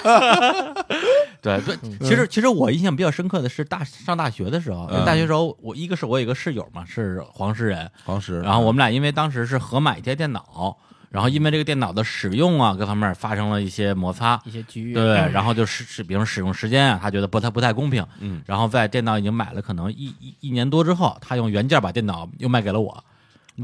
S2: 对对，其实其实我印象比较深刻的是大上大学的时候，因
S3: 嗯
S2: 为大学时候我一个是我有一个室友嘛是黄石人，
S3: 黄石，
S2: 然后我们俩因为当时是合买一台电脑，然后因为这个电脑的使用啊各方面发生了一些摩擦，
S1: 一些局
S2: 对，然后就是使，比如使用时间啊，他觉得不太不太公平，
S3: 嗯，
S2: 然后在电脑已经买了可能一一一年多之后，他用原件把电脑又卖给了我，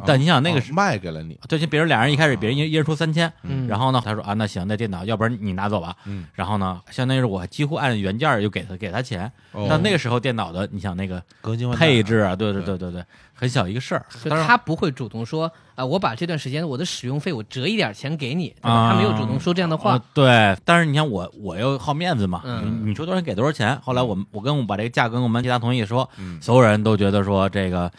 S2: 但你想那个
S3: 哦
S2: 是，
S3: 卖给了你，
S2: 就像别人俩人一开始别人一一人出三千，
S1: 嗯
S2: 然后呢，他说啊，那行，那电脑要不然你拿走吧。
S3: 嗯，
S2: 然后呢，相当于是我几乎按原价儿就给他给他钱。
S3: 哦
S2: 但那个时候电脑的，你想那个
S3: 革新换代
S2: 配置啊，对对对
S3: 对
S2: 对对，很小一个事儿。
S1: 就
S2: 当然
S1: 他不会主动说啊、我把这段时间我的使用费我折一点钱给你，对吧？
S2: 啊
S1: 他没有主动说这样的话
S2: 啊，对，但是你看我，我又好面子嘛，
S1: 嗯
S2: 你你说多少人给多少钱。后来我们我跟我把这个价跟我们其他同事一说，
S3: 嗯
S2: 所有人都觉得说这个，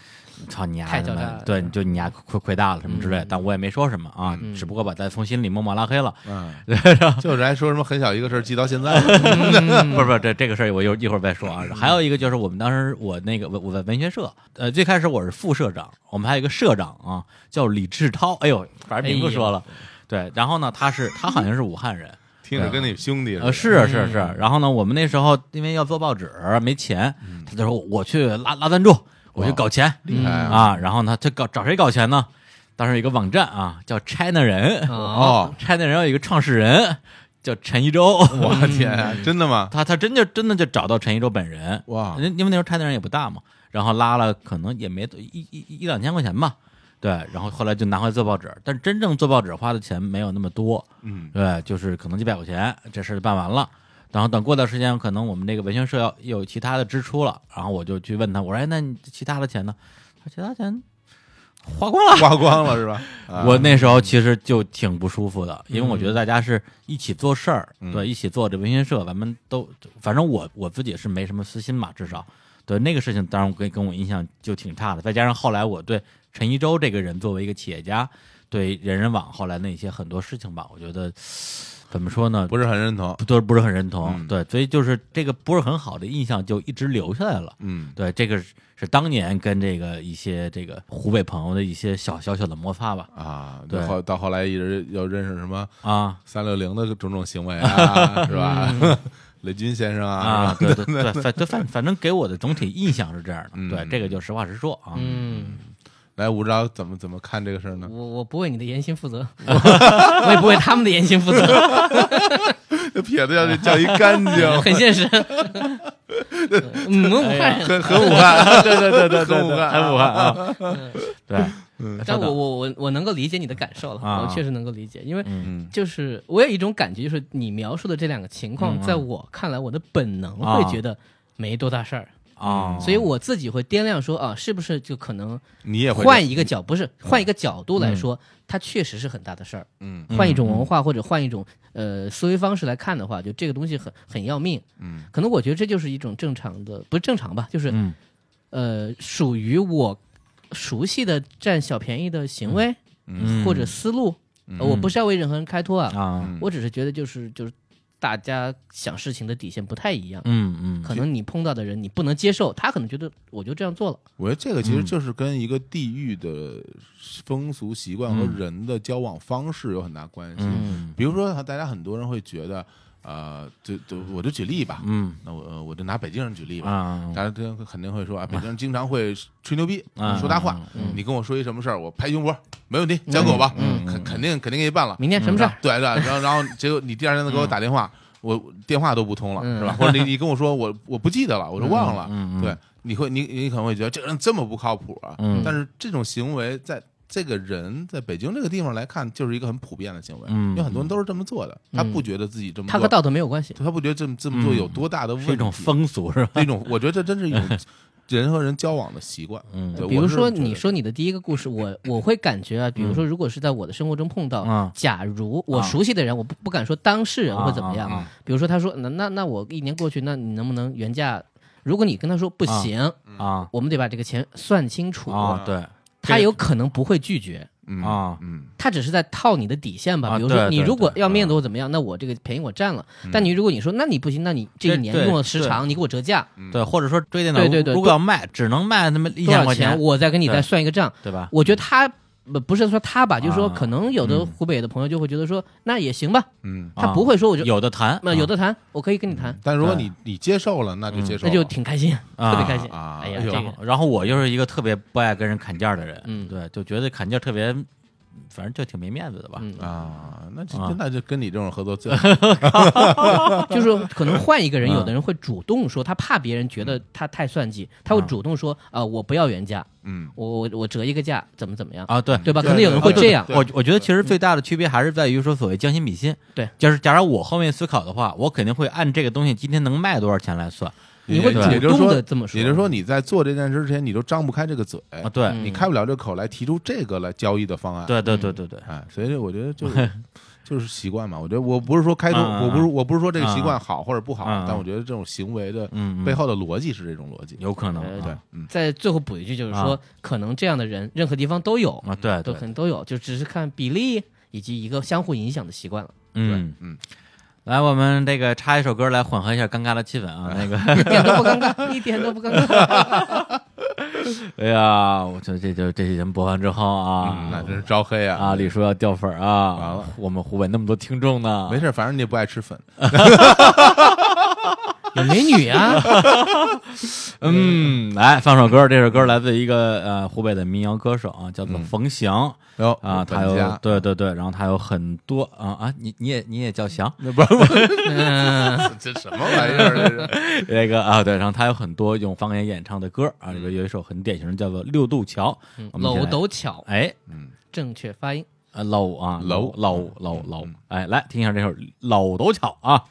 S2: 操你丫
S1: 太
S2: 他
S1: 狡诈
S2: 妈
S1: 了嗯
S2: 对，就你丫亏亏大了什么之类的。但我也没说什么啊，只不过把他从心里默默拉黑了。
S3: 嗯， 就是还说什么很小一个事儿记到现在，
S1: 嗯
S2: 不是不是，这这个事儿我一会儿一会儿再说啊。还有一个就是我们当时我那个文我在文学社，呃，最开始我是副社长，我们还有一个社长啊，叫李志涛。哎呦，反正名
S1: 哎呦
S2: 不说了。对，然后呢，他是他好像是武汉人，
S3: 听着跟你兄弟似
S2: 呃，
S3: 的，
S2: 是是是。然后呢，我们那时候因为要做报纸没钱，他就说我去拉拉赞助，我去搞钱
S3: 嗯厉害啊！
S2: 啊。然后呢，他搞找谁搞钱呢？当时有一个网站啊，叫 China 人
S1: 啊，
S3: 哦，
S2: ，China 人有一个创始人叫陈一舟，
S3: 我天啊，真的吗？
S2: 他他真就真的就找到陈一舟本人，
S3: 哇
S2: 因因为那时候 China 人也不大嘛，然后拉了可能也没多一一一一两千块钱吧。对，然后后来就拿回来做报纸，但真正做报纸花的钱没有那么多，
S3: 嗯，
S2: 对，就是可能几百块钱，这事儿就办完了。然后等过段时间，可能我们这个文学社要有其他的支出了，然后我就去问他，我说：“哎，那你其他的钱呢？”他说：“其他钱花光了。
S3: 花光了是吧？啊
S2: 我那时候其实就挺不舒服的，因为我觉得大家是一起做事儿，对，一起做这文学社，咱们都反正我我自己是没什么私心嘛，至少对那个事情，当然跟跟我印象就挺差的。再加上后来我对陈一舟这个人作为一个企业家，对人人网后来那些很多事情吧，我觉得怎么说呢，
S3: 不是很认同，
S2: 不都不是很认同，
S3: 嗯
S2: 对，所以就是这个不是很好的印象就一直留下来了。
S3: 嗯
S2: 对，这个是是当年跟这个一些这个湖北朋友的一些小小小的摩擦吧，
S3: 啊，
S2: 对
S3: 后到后来一直要认识什么
S2: 啊，
S3: 三六零的种种行为啊，是吧？雷军先生啊，
S2: 啊，
S3: 是吧
S2: 对对对，反对反反正给我的总体印象是这样的，
S3: 嗯
S2: 对这个就实话实说啊，
S1: 嗯，
S3: 来，吴钊怎么怎么看这个事儿呢？
S1: 我我不为你的言行负责，我也不为他们的言行负 责，
S3: 这撇子要叫一干净，
S1: 很 现 实。嗯，武汉人，
S3: 很很武 汉，
S2: 对对对对
S3: 很武汉
S2: 很武汉啊， 对，
S1: 但我我我我能够理解你的感受
S2: 啊
S1: 了，我确实能够理解，因为
S3: 嗯
S1: 就是我有一种感觉，就是你描述的这两个情
S2: 嗯
S1: 况，
S2: 嗯
S1: 在我看来，我的本能会觉得没多大事儿，
S2: 啊，
S1: 所以我自己会掂量说啊，是不是就可能
S3: 你也会
S1: 换一个角，不是换一个角度来说，它确实是很大的事儿。
S3: 嗯，
S1: 换一种文化或者换一种呃思维方式来看的话，就这个东西很很要命。
S3: 嗯，
S1: 可能我觉得这就是一种正常的，不是正常吧，就是、
S2: 嗯
S1: 呃属于我熟悉的占小便宜的行为、
S2: 嗯
S1: 或者思路、呃我不是要为任何人开脱啊，
S2: 啊，
S3: 嗯
S1: 我只是觉得就是就是大家想事情的底线不太一样。
S2: 嗯嗯，
S1: 可能你碰到的人你不能接受，他可能觉得我就这样做了，
S3: 我觉得这个其实就是跟一个地域的风俗习惯和人的交往方式有很大关系。
S2: 嗯
S3: 比如说，大家很多人会觉得，呃，就就我就举例吧，
S2: 嗯
S3: 那我呃我就拿北京人举例吧，
S2: 啊，
S3: 大家都肯定会说啊，北京人经常会吹牛逼
S2: 啊，
S3: 说大话。你跟我说一什么事儿，我拍胸脯，没问题，交给我吧，肯肯定肯定给你办了。
S1: 明天什么事儿？
S3: 对对，然后然后结果你第二天再给我打电话，我电话都不通了，是吧？或者你你跟我说我我不记得了，我就忘了，
S2: 嗯嗯嗯
S3: 对，你会你你可能会觉得这个人这么不靠谱啊，
S2: 嗯
S3: 但是这种行为在。这个人在北京这个地方来看，就是一个很普遍的行为，
S2: 嗯
S3: 因为很多人都是这么做的，他不觉得自己这么
S1: 他
S3: 做，
S1: 和道德没有关系。
S3: 嗯他不觉得这么这么做有多大的问
S2: 是
S3: 题，
S2: 一种风俗是吧？
S3: 那种，我觉得这真是 一种人和人交往的习惯。
S2: 嗯
S3: 对
S1: 比如说，你，
S3: 我是觉
S1: 说你的第一个故事，我我会感觉啊，比如说，如果是在我的生活中碰到，
S2: 嗯
S1: 假如我
S2: 啊
S1: 熟悉的人，我不不敢说当事人会怎么
S2: 啊啊
S1: 样
S2: 啊。
S1: 比如说，他说那那那我一年过去，那你能不能原价？如果你跟他说不行，
S2: 啊
S1: 我们得把这个钱算清楚，
S2: 啊，对
S1: 他有可能不会拒绝。
S3: 得嗯
S2: 啊
S3: 嗯
S1: 他只是在套你的底线吧，
S2: 啊
S1: 比如
S2: 对
S1: 说你
S2: 对
S1: 如果
S2: 对嗯
S1: 要面子或怎么样，那我这个便宜我占了。但你如果你说那你不行，那你这
S2: 对
S1: 一年
S2: 对
S1: 用了时
S2: 对
S1: 长，你给我折价
S2: 对，或者说追电脑，
S1: 对对对
S2: 如果要卖，只能卖那么
S1: 多
S2: 一千
S1: 少
S2: 块
S1: 钱，我再跟你
S2: 对
S1: 再算一个账。
S2: 对吧？
S1: 我觉得他不不是说他吧，就是说
S2: 啊
S1: 可能有的湖北的朋友就会觉得说，那也行吧，
S3: 嗯。
S1: 他
S2: 啊
S1: 不会说我就
S2: 有的啊谈，
S1: 那有的谈，我可以跟你谈，
S3: 但如果你你接受了，
S2: 嗯
S3: 那就接受
S1: 那
S3: 了，
S1: 就挺开心，
S2: 啊
S1: 特别开心。
S3: 啊
S1: 哎呀，
S3: 哎呦
S1: 这个
S2: 然后我又是一个特别不爱跟人砍价的人，
S1: 嗯
S2: 对，就觉得砍价特别反正就挺没面子的吧。
S1: 嗯，
S3: 啊，那这
S2: 啊
S3: 那就跟你这种合 作最
S1: 啊就是可能换一个人，
S2: 嗯
S1: 有的人会主动说他怕别人觉得他太算计，他会
S2: 啊
S1: 主动说啊、呃我不要原价，
S3: 嗯
S1: 我我我折一个价，怎么怎么样，
S2: 啊，对，
S1: 对吧？
S3: 对
S1: 可能有人会这样
S3: 对，
S2: 我我觉得其实最大的区别还是在于说所谓将心比心。
S1: 对，
S2: 就是假如我后面思考的话，我肯定会按这个东西今天能卖多少钱来算
S1: 你会
S3: 也
S1: 主
S3: 也就是
S1: 动
S3: 说
S1: 的这么说，
S3: 也就是说，你在做这件事之前，你都张不开这个嘴，
S2: 啊。对，
S1: 嗯
S3: 你开不了这口来提出这个来交易的方案。，
S2: 对对对对对，
S3: 哎，所以我觉得 就是就是习惯嘛。我觉得我不是说开头，
S2: 嗯嗯
S3: 我不是我不是说这个习
S2: 嗯
S3: 惯好或者不好
S2: 嗯嗯，
S3: 但我觉得这种行为的
S2: 嗯，嗯
S3: 背后的逻辑是这种逻辑。
S2: 有可能
S1: 呃
S3: 对
S2: 啊，
S3: 嗯
S1: 在最后补一句，就是说、
S2: 啊
S1: 可能这样的人任何地方都有，
S2: 啊，对
S1: 都
S2: 对
S1: 可，能都有，就只是看比例以及一个相互影响的习惯了。
S2: 嗯
S3: 嗯。
S2: 来，我们这个插一首歌来缓和一下尴尬的气氛啊。那 个，
S1: 一点都不尴尬，一点都不尴尬。
S2: 哎呀，我觉得这就这期节目播完之后啊
S3: 嗯，那真是招黑啊！
S2: 啊，李叔要掉粉儿啊！
S3: 完了，
S2: 我们湖北那么多听众
S1: 啊
S2: 呢，
S3: 没事，反正你也不爱吃粉，
S1: 有美女 啊，
S2: 嗯，来放首歌，这首歌来自一个呃湖北的民谣歌手啊，叫做
S3: 嗯
S2: 冯翔
S3: 然后
S2: 啊，他
S3: 本
S2: 有
S3: 家
S2: 对对对，然后他有很多啊啊，你你也你也 叫翔
S3: 那不是
S1: 嗯，
S3: 这什么玩意儿？这是
S2: 那个啊对，然后他有很多用方言演唱的歌啊，里
S3: 嗯
S2: 边有一首很典型的叫做《六渡桥》，我们先
S1: 楼
S2: 来
S1: 斗巧，
S2: 哎，
S3: 嗯，
S1: 正确发音。
S2: 啊老啊
S3: 楼
S2: 老老
S3: 嗯
S2: 老，哎，来听一下这首《老斗巧》啊，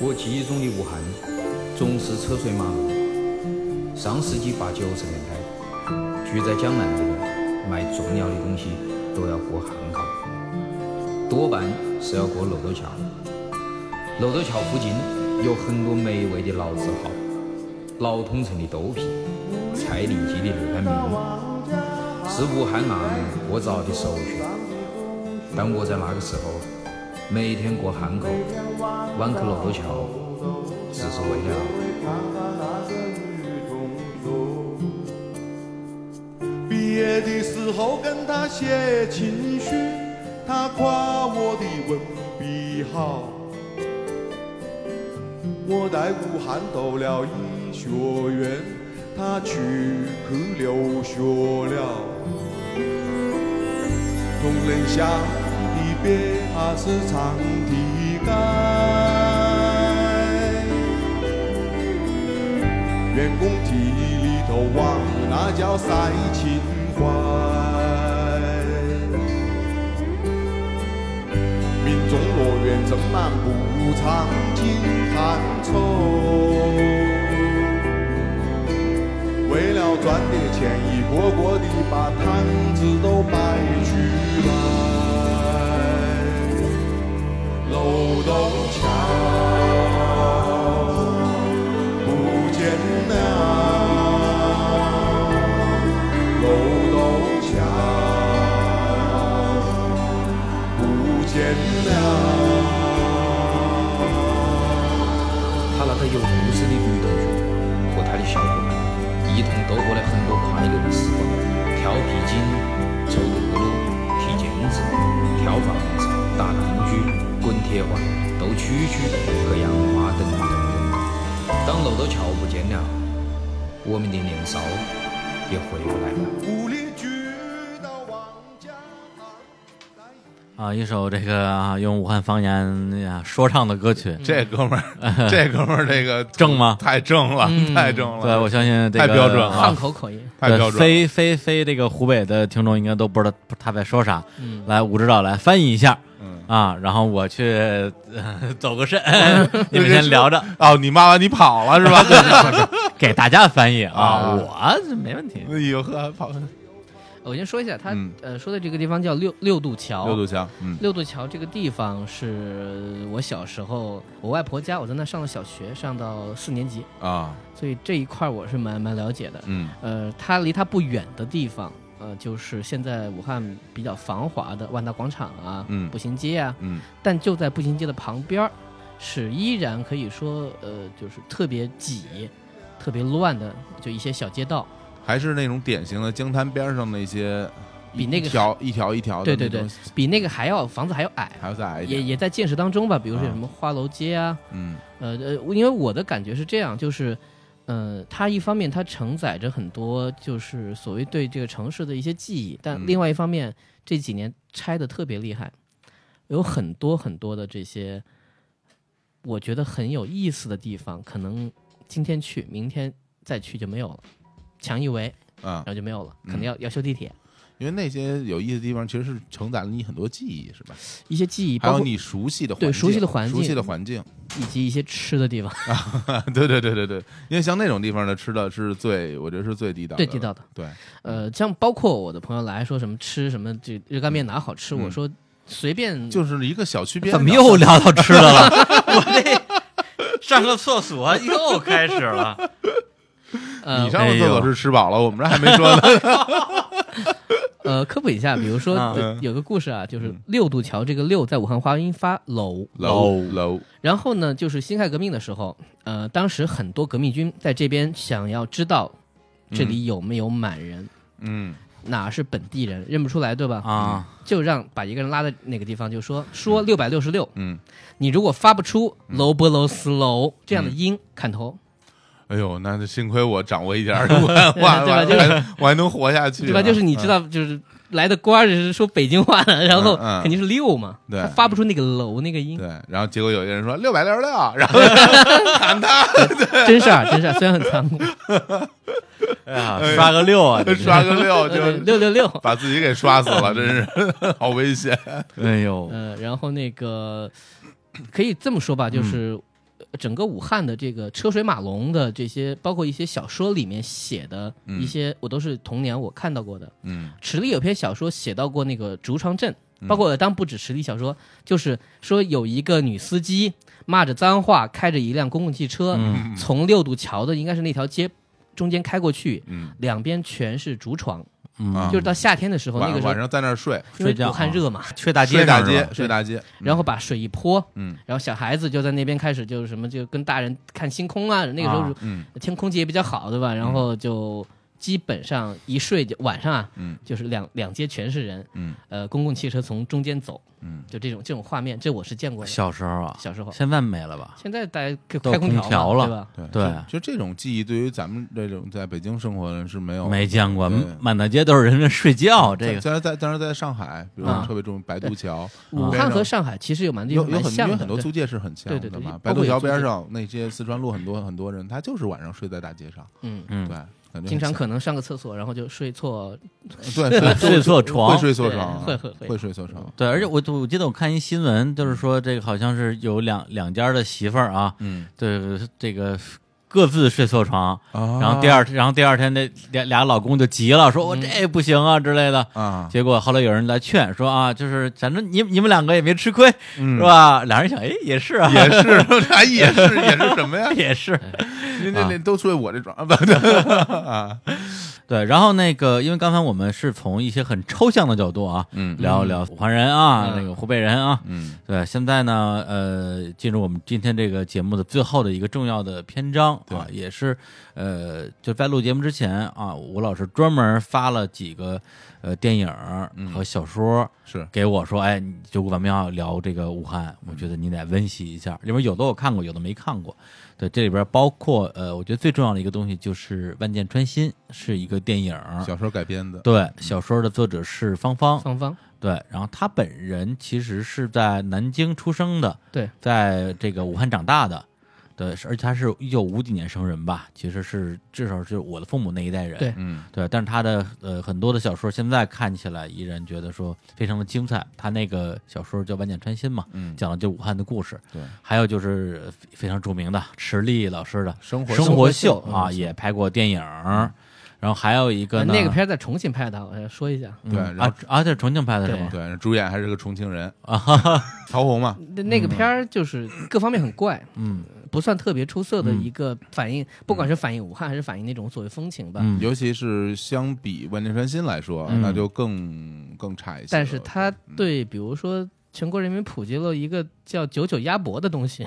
S4: 我记忆中的武汉总是车水马龙。上世纪八九十年代，住在江南的人买重要的东西都要过汉口，多半是要过楼头桥。楼头桥附近有很多美味的老字号，老统城的豆皮，蔡林记的牛肝面，是武汉衙门过早的首选。但我在那个时候，每天过汉口。弯克楼头桥，只是为了
S5: 毕业的时候跟他写情书，他夸我的文笔好。我在武汉读了医学院，他去去留学了。铜仁峡的别还是长堤盖。员工体里头哇，那叫赛情怀。民众乐园正满布场景汗臭，为了赚点钱，一个个的把摊子都摆出来，楼栋桥。不见了，楼栋桥不见了。
S4: 他那个有故事的女同学和他的小伙伴，一同度过了很多快乐的时光，跳皮筋、抽葫芦、踢毽子、跳房子、打弹珠、滚铁环、斗蛐蛐和洋花等等等。当楼头桥不见了，我们的年少也回不来了。
S5: 武林聚到王家巷。
S2: 啊，一首这个啊用武汉方言呀说唱的歌曲，
S3: 这哥们儿，这哥们儿这个
S2: 正吗
S3: 嗯太正了，
S1: 嗯
S3: 太正了。
S2: 对，我相信这个
S3: 太标准了啊
S1: 汉口口音，
S3: 太标准了。
S2: 呃非非非，这个湖北的听众应该都不知道他在说啥。来，武指导来翻译一下，
S3: 嗯
S2: 啊，然后我去、呃走个肾，
S3: 嗯
S2: 你们先聊着，
S3: 哦，你骂完你跑了是吧？
S2: 给大家翻译啊，
S3: 啊
S2: 我这没问题。
S3: 那以后还哎跑
S1: 我先说一下，他
S3: 嗯
S1: 呃说的这个地方叫六六渡桥。
S3: 六堵墙，嗯
S1: 六渡桥这个地方是我小时候我外婆家，我在那上了小学，上到四年级，
S3: 啊，
S1: 所以这一块儿我是蛮蛮了解的。
S3: 嗯
S1: 呃，它离它不远的地方，呃，就是现在武汉比较繁华的万达广场啊、
S3: 嗯
S1: 步行街啊，
S3: 嗯
S1: 但就在步行街的旁边儿，是依然可以说呃，就是特别挤、特别乱的，就一些小街道。
S3: 还是那种典型的江滩边上那些
S1: 比那个
S3: 一条一条一条的
S1: 对
S3: 那
S1: 对
S3: 种，
S1: 对，比那个还要房子还要矮，啊
S3: 还要再矮一
S1: 也
S3: 点，
S1: 也在建设当中吧。比如说有什么花楼街啊，
S3: 嗯
S1: 呃呃，因为我的感觉是这样，就是，呃，它一方面它承载着很多就是所谓对这个城市的一些记忆，但
S3: 嗯
S1: 另外一方面这几年拆的特别厉害，有很多很多的这些，我觉得很有意思的地方，可能今天去，明天再去就没有了，强一围，
S3: 啊嗯
S1: 然，后就没有了，可能要、要修地铁，
S3: 因为那些有意思的地方其实是承载了你很多记忆，是吧？
S1: 一些记忆，
S3: 还
S1: 包
S3: 有
S1: 括
S3: 你熟悉的环
S1: 对熟悉的环
S3: 环
S1: 境
S3: 熟悉的环境，
S1: 以及一些吃的地方，
S3: 对对对对对，因为像那种地方的吃的是最，我觉得是最地道的
S1: 对
S3: 了，
S1: 地道的。
S3: 对，
S1: 呃，像包括我的朋友来说什么吃什么这热干面哪好吃，
S3: 嗯
S1: 我说随便
S3: 就是一个小区边
S2: 怎么
S3: 的
S2: 又聊到吃的了？ 我这上个厕所又开始了。
S1: 呃
S3: 你上个厕
S2: 哎
S3: 所
S2: 呦
S3: 是吃饱了，我们这还没说呢。
S1: 呃科普一下，比如说、
S2: 啊
S1: 呃有个故事啊，就是六渡桥这个六在武汉话音发楼，
S3: 嗯楼楼，
S1: 然后呢就是辛亥革命的时候，呃当时很多革命军在这边想要知道这里有没有满人。
S3: 嗯
S1: 哪是本地人，认不出来，对吧？
S2: 啊，
S1: 就让把一个人拉到那个地方，就说说六百六十六，
S3: 嗯，
S1: 你如果发不出楼波楼斯楼这
S3: 嗯
S1: 样的音，砍头。
S3: 哎呦，那幸亏我掌握一 点儿武汉话，
S1: 对吧
S3: 我还
S1: 就是
S3: 我还我还能活下去啊，
S1: 对吧？就是你知道，就是来的官儿是说北京话的，然后
S3: 嗯嗯
S1: 肯定是六嘛，
S3: 对
S1: 他发不出那个楼那个音，
S3: 对，然后结果有一个人说六百六十六，然后喊他
S1: 真事儿，啊真事儿，虽然很 残酷，
S2: 哎呀，刷个六啊！这是
S3: 刷个 六
S1: 呃
S3: 就
S1: 六六六，
S3: 把自己给刷死了，真是好危险。
S2: 哎
S3: 哦
S2: 呦，
S3: 啊
S1: 呃，然后那个可以这么说吧，
S3: 嗯
S1: 就是整个武汉的这个车水马龙的这些，包括一些小说里面写的一些，我都是童年我看到过的。
S3: 嗯，
S1: 池里有篇小说写到过那个竹床镇，包括当不止池里小说，就是说有一个女司机骂着脏话，开着一辆公共汽车，
S3: 嗯
S1: 从六渡桥的应该是那条街中间开过去，
S3: 嗯
S1: 两边全是竹床，
S2: 嗯
S3: 啊
S1: 就是到夏天的时候，那
S3: 晚
S1: 个时候
S3: 晚上在那儿睡，
S1: 因为
S2: 睡觉
S1: 武汉
S2: 啊
S1: 热嘛，
S2: 睡大
S3: 睡
S2: 街
S3: 大
S2: 上是吧，
S3: 街，睡大街，
S1: 然后把水一泼，
S3: 嗯，
S1: 然后小孩子就在那边开始就是什么就跟大人看星空啊，那个时候
S2: 啊
S3: 嗯
S1: 天空气也比较好，对吧？然后就基本上一睡就晚上啊，
S3: 嗯
S1: 就是两两街全是人，
S3: 嗯
S1: 呃，公共汽车从中间走，
S3: 嗯，
S1: 就这种这种画面，这我是见过的。
S2: 小时候啊，
S1: 小时候
S2: 现在没了吧？
S1: 现在大家开
S2: 都
S1: 开空
S2: 空调
S1: 嘛
S2: 了
S1: 对吧？
S3: 对
S2: 对
S3: 就就这种记忆，对于咱们这种在北京生活的人是没有
S2: 没见过
S3: 嗯对，
S2: 满大街都是人在睡觉，这个
S3: 虽然在当时在上海，比如
S1: 啊
S3: 说特别著名白渡桥，
S1: 武
S3: 边
S1: 汉
S3: 上
S1: 和上海其实有蛮地
S3: 有
S1: 方
S3: 有
S1: 蛮
S3: 很因
S1: 像
S3: 为
S1: 的，
S3: 很多
S1: 对
S3: 租界是很像
S1: 对
S3: 的
S1: 对
S3: 嘛。
S1: 包
S3: 白
S1: 括
S3: 渡
S1: 有
S3: 桥
S1: 租
S3: 边
S1: 界
S3: 上那些四川路很多很多人，他就是晚上睡在大街上，
S1: 嗯，
S3: 对
S2: 嗯，，
S3: 感觉
S1: 经常
S3: 很
S1: 可能上个厕所然后就睡错，
S3: 像 对
S2: 睡错
S3: 会
S2: 床。
S3: 睡错
S1: 对
S3: 床啊，
S1: 会会会
S3: 会睡错床，
S2: 对，而且我我记得我看一新闻，就是说这个好像是有两两家的媳妇儿啊，
S3: 嗯
S2: 对这个各自睡错床，
S3: 啊，
S2: 然后第二然后第二天这俩俩老公就急了，说我这不行啊之类的，
S3: 嗯啊，
S2: 结果后来有人来劝说啊，就是反正你你们两个也没吃亏，
S3: 嗯
S2: 是吧？俩人想，哎，也是啊，？
S3: 也是 啥也是也是什么呀
S2: 也是，
S3: 那那那都睡我这床 啊，不对啊，
S2: 对。然后那个，因为刚才我们是从一些很抽象的角度啊，
S3: 嗯
S2: 聊一聊武汉人啊，
S1: 嗯
S2: 那个湖北人啊，
S3: 嗯
S2: 对。现在呢，呃，进入我们今天这个节目的最后的一个重要的篇章啊，也是呃，就在录节目之前啊，吴老师专门发了几个呃电影儿
S3: 嗯
S2: 和小说，
S3: 是
S2: 给我说，哎，你就咱们要聊这个武汉，我觉得你得温习一下。里边有的我看过，有的没看过。对，这里边包括呃，我觉得最重要的一个东西就是《万箭穿心》是一个电影儿，
S3: 小说改编的，
S2: 对，小说的作者是芳芳，
S1: 双方
S2: 对，然后她本人其实是在南京出生的，
S1: 对，
S2: 在这个武汉长大的。对，是而且她是一九五几年生人吧，其实是至少是我的父母那一代人。
S1: 对
S3: 嗯
S2: 对，但是他的呃很多的小说现在看起来依然觉得说非常的精彩。他那个小说叫《万箭穿心》嘛，
S3: 嗯，
S2: 讲的就是武汉的故事。
S3: 对，
S2: 还有就是呃非非常著名的池莉老师的
S3: 生活
S2: 生
S1: 生活
S2: 秀
S1: 秀》
S2: 啊，
S1: 嗯
S2: 也拍过电影儿。然后还有一个
S1: 呃
S2: 呢
S1: 那个片儿在重庆拍的，我要说一下，
S2: 嗯
S3: 对然
S2: 啊
S3: 后
S2: 啊，这是重庆拍的是
S1: 对
S2: 吗？
S3: 对，主演还是个重庆人
S2: 啊哈 哈，
S3: 陶虹嘛，
S1: 那那个片儿就是各方面很怪，
S2: 嗯
S1: 不算特别出色的
S2: 嗯
S1: 一个反映，不管是反映武汉还是反映那种所谓风情吧。
S2: 嗯，
S3: 尤其是相比万箭穿心来说，
S1: 嗯
S3: 那就更更差一些了。
S1: 但是它
S2: 嗯
S1: 对，比如说全国人民普及了一个叫“九九鸭脖”的东西，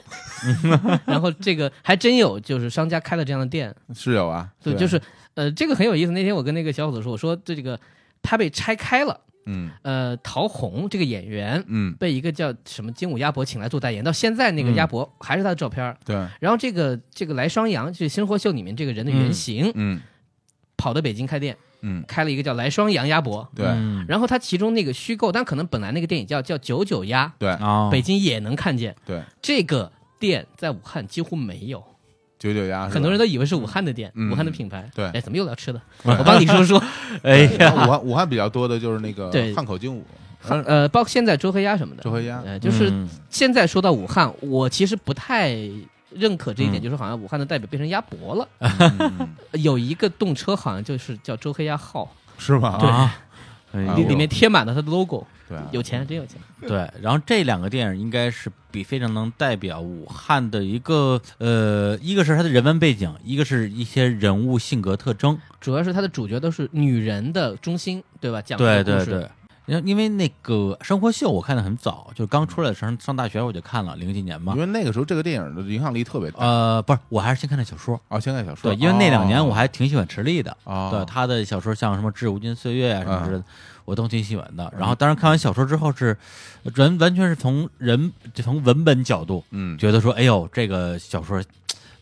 S2: 嗯
S1: 然后这个还真有，就是商家开了这样的店，
S3: 是有啊，
S1: 就
S3: 对
S1: 就是呃，这个很有意思。那天我跟那个小伙子说，我说这这个他被拆开了。
S2: 嗯
S1: 呃，陶虹这个演员
S2: 嗯，
S1: 被一个叫什么金武鸭脖请来做代言，到现在那个
S2: 嗯
S1: 鸭脖还是他的照片儿。
S2: 对，
S1: 然后这个这个来双阳，就是《新货秀》里面这个人的原型，
S2: 嗯
S1: 跑到北京开店，
S2: 嗯，
S1: 开了一个叫来双阳鸭脖。
S3: 对
S2: 嗯
S1: 然后他其中那个虚构，但可能本来那个电影叫叫九九鸭，
S3: 对
S2: 哦，
S1: 北京也能看见。
S3: 对，
S1: 这个店在武汉几乎没有，
S3: 九九啊鸭是吧，
S1: 很多人都以为是武汉的店，
S3: 嗯
S1: 武汉的品牌。
S3: 对嗯
S1: 哎，怎么又聊吃 的？我帮你说说。
S2: 哎
S3: 然后
S2: 呀，
S3: 武汉武汉比较多的就是那个
S1: 对
S3: 汉口精武、
S1: 呃，包括现在周黑鸭什么的。
S3: 周黑鸭，
S1: 呃，就是
S2: 嗯
S1: 现在说到武汉，我其实不太认可这一点，
S2: 嗯
S1: 就是好像武汉的代表变成鸭脖了。
S3: 嗯
S1: 有一个动车好像就是叫周黑鸭号，
S3: 是吗？
S2: 啊，哎
S3: 啊
S1: 里
S2: 呦
S1: 里面贴满了它的 logo，
S3: 对啊，
S1: 有钱真有钱。
S2: 对，然后这两个电影应该是比非常能代表武汉的一个呃，一个是它的人文背景，一个是一些人物性格特征。
S1: 主要是它的主角都是女人的中心，对吧？讲述
S2: 对
S1: 的故
S2: 对
S1: 事
S2: 对。因为因为那个《生活秀》我看的很早，就刚出来的时候上大学我就看了，零几年吧
S3: 因。为那个时候这个电影的影响力特别大
S2: 呃，不是，我还是先看的小说。
S3: 啊，先看小说。
S2: 对，因为那两年
S3: 哦
S2: 我还挺喜欢池莉的，
S3: 哦嗯
S2: 对她的小说像什么《致无尽岁月》啊什么之类的，我都挺喜欢的。然后，当然看完小说之后是，完完全是从人就从文本角度，
S3: 嗯
S2: 觉得说，哎呦，这个小说嘖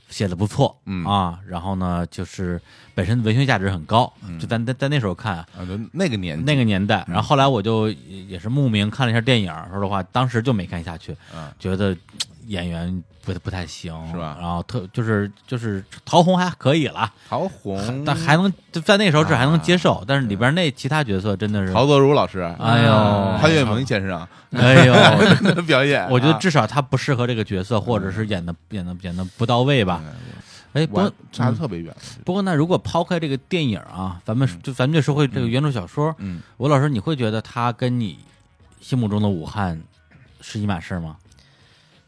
S2: 写的不错，
S3: 嗯
S2: 啊，然后呢，就是本身文学价值很高，
S3: 嗯
S2: 就在在在那时候看啊，
S3: 啊，就那个年纪
S2: 那个年代，
S3: 嗯
S2: 然后后来我就也也是慕名看了一下电影，说实话，当时就没看下去，
S3: 嗯
S2: 觉得嘖演员不不太行，
S3: 是吧
S2: 然后特就是就是陶虹还可以了，
S3: 陶虹，
S2: 但还能就在那时候这还能接受，但是里
S3: 嗯啊对
S2: 边那其他角色真的是，
S3: 陶泽如老师，
S2: 哎呦
S3: 潘粤明先生
S2: 哎呦，
S3: 的啊 表演啊，嗯
S2: 我觉得至少他不适合这个角色，或者是演的演的演的不到位吧。哎，不过
S3: 我差的特别远。
S2: 不过，那如果抛开这个电影啊，咱们就咱们就说回这个原著小说，
S3: 嗯，
S2: 吴老师，你会觉得他跟你心目中的武汉是一码事儿吗？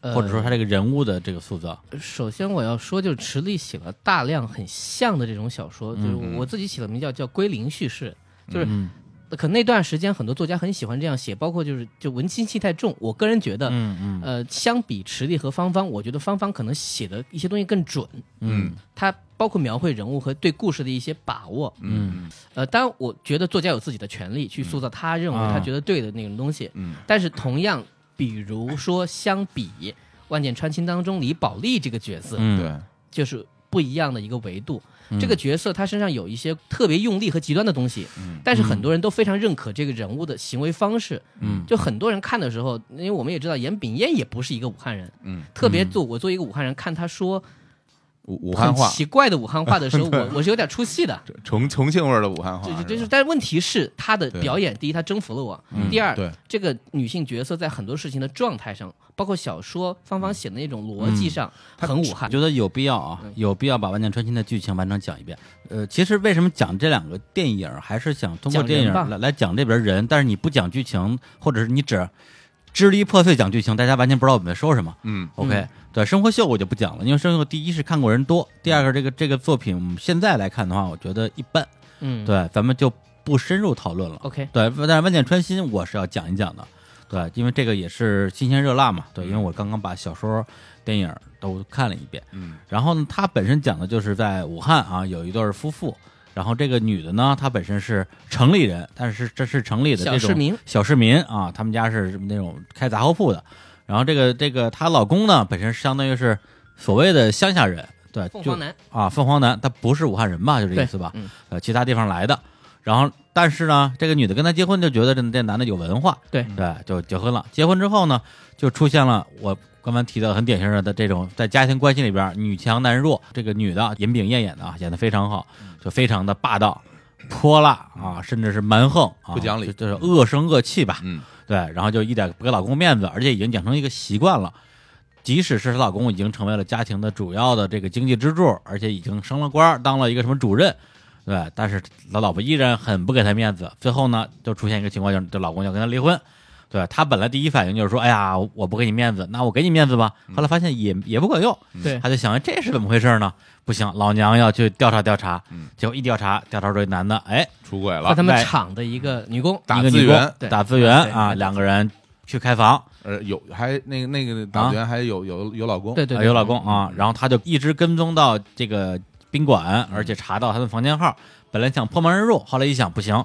S1: 呃
S2: 或者说他这个人物的这个塑造？
S1: 首先我要说，就是池莉写了大量很像的这种小说，就是我自己起的名叫叫归零叙事，就是
S2: 嗯
S1: 可那段时间很多作家很喜欢这样写，包括就是就文青气太重。我个人觉得，
S2: 嗯嗯
S1: 呃，相比池莉和芳芳，我觉得芳芳可能写的一些东西更准，
S2: 嗯
S1: 她包括描绘人物和对故事的一些把握。
S2: 嗯
S1: 呃，当然，我觉得作家有自己的权利去塑造他认为
S2: 啊
S1: 他觉得对的那种东西。
S3: 嗯，
S1: 但是同样，比如说相比《万箭穿心》当中李宝莉这个角色，
S2: 嗯，
S3: 对，
S1: 就是不一样的一个维度。这个角色他身上有一些特别用力和极端的东西，但是很多人都非常认可这个人物的行为方式。
S2: 嗯
S1: 就很多人看的时候，因为我们也知道严炳彦也不是一个武汉人，
S3: 嗯，
S1: 特别做我作为一个武汉人看他说
S3: 武武汉
S1: 很
S3: 话，
S1: 奇怪的武汉话的时候，我我是有点出戏的。
S3: 重重庆味儿的武汉话
S1: 就，就就是是，
S3: 吧
S1: 但问题是他的
S3: 对
S1: 表演，第一，他征服了我；第二
S3: 对，
S1: 这个女性角色在很多事情的状态上，包括小说芳芳写的那种逻辑上，很武
S2: 我
S1: 汉。嗯
S2: 觉得有必要啊，有必要把《万箭穿心》的剧情完整讲一遍。呃，其实为什么讲这两个电影，还是想通过
S1: 讲
S2: 电影
S1: 人吧
S2: 来来讲这边人，但是你不讲剧情，或者是你只支离破碎讲剧情，大家完全不知道我们在说什么。
S3: 嗯
S2: OK，、
S1: 嗯
S2: 对生活秀我就不讲了，因为生活秀第一是看过人多，第二个这个这个作品我们现在来看的话，我觉得一般。
S1: 嗯，
S2: 对，咱们就不深入讨论了。
S1: ，OK，
S2: 对，但是万箭穿心我是要讲一讲的，对，因为这个也是新鲜热辣嘛。对，因
S1: 嗯
S2: 为我刚刚把小说、电影都看了一遍。
S3: 嗯，
S2: 然后呢，它本身讲的就是在武汉啊，有一对夫妇。然后这个女的呢，她本身是城里人，但是这是城里的这种
S1: 小市民
S2: 小市民啊，他们家是什么那种开杂货铺的。然后这个这个她老公呢，本身相当于是所谓的乡下人，对，
S1: 凤
S2: 就
S1: 凰男
S2: 啊，凤凰男，他不是武汉人吧？就这意思吧？
S1: 嗯
S2: 呃，其他地方来的。然后，但是呢，这个女的跟他结婚就觉得这这男的有文化，
S1: 对
S3: 嗯
S2: 对，就结婚了。结婚之后呢，就出现了我刚才提到很典型的这种在家庭关系里边女强男弱。这个女的尹炳燕演的啊，演的非常好，
S3: 嗯
S2: 就非常的霸道、泼辣啊，甚至是蛮横啊，
S3: 不讲理
S2: 就就是恶声恶气吧。
S3: 嗯，
S2: 对，然后就一点不给老公面子，而且已经养成一个习惯了。即使是她老公已经成为了家庭的主要的这个经济支柱，而且已经升了官儿，当了一个什么主任，对，但是她老婆依然很不给他面子。最后呢，就出现一个情况，就是这老公要跟她离婚。对她本来第一反应就是说，哎呀，我不给你面子，那我给你面子吧。后来发现也也不管用，
S3: 嗯
S1: 对
S2: 她就想哎这是怎么回事呢？不行，老娘要去调查调查
S3: 嗯。
S2: 结果一调查，调查出一男的，哎，
S3: 出轨
S1: 和
S3: 了
S1: 他，们
S2: 来
S1: 厂的一个女工，
S3: 打
S2: 一个
S3: 字
S2: 女工
S3: 员
S1: 对
S2: 打字员
S1: 对
S2: 啊，
S1: 对
S2: 两个人去开房。
S3: 呃，有还那个那个党员还有有有老公，
S1: 对对
S2: 啊
S1: 对，
S2: 有老公啊，然后她就一直跟踪到这个宾馆，而且查到她的房间号。本来想破门而入，后来一想不行，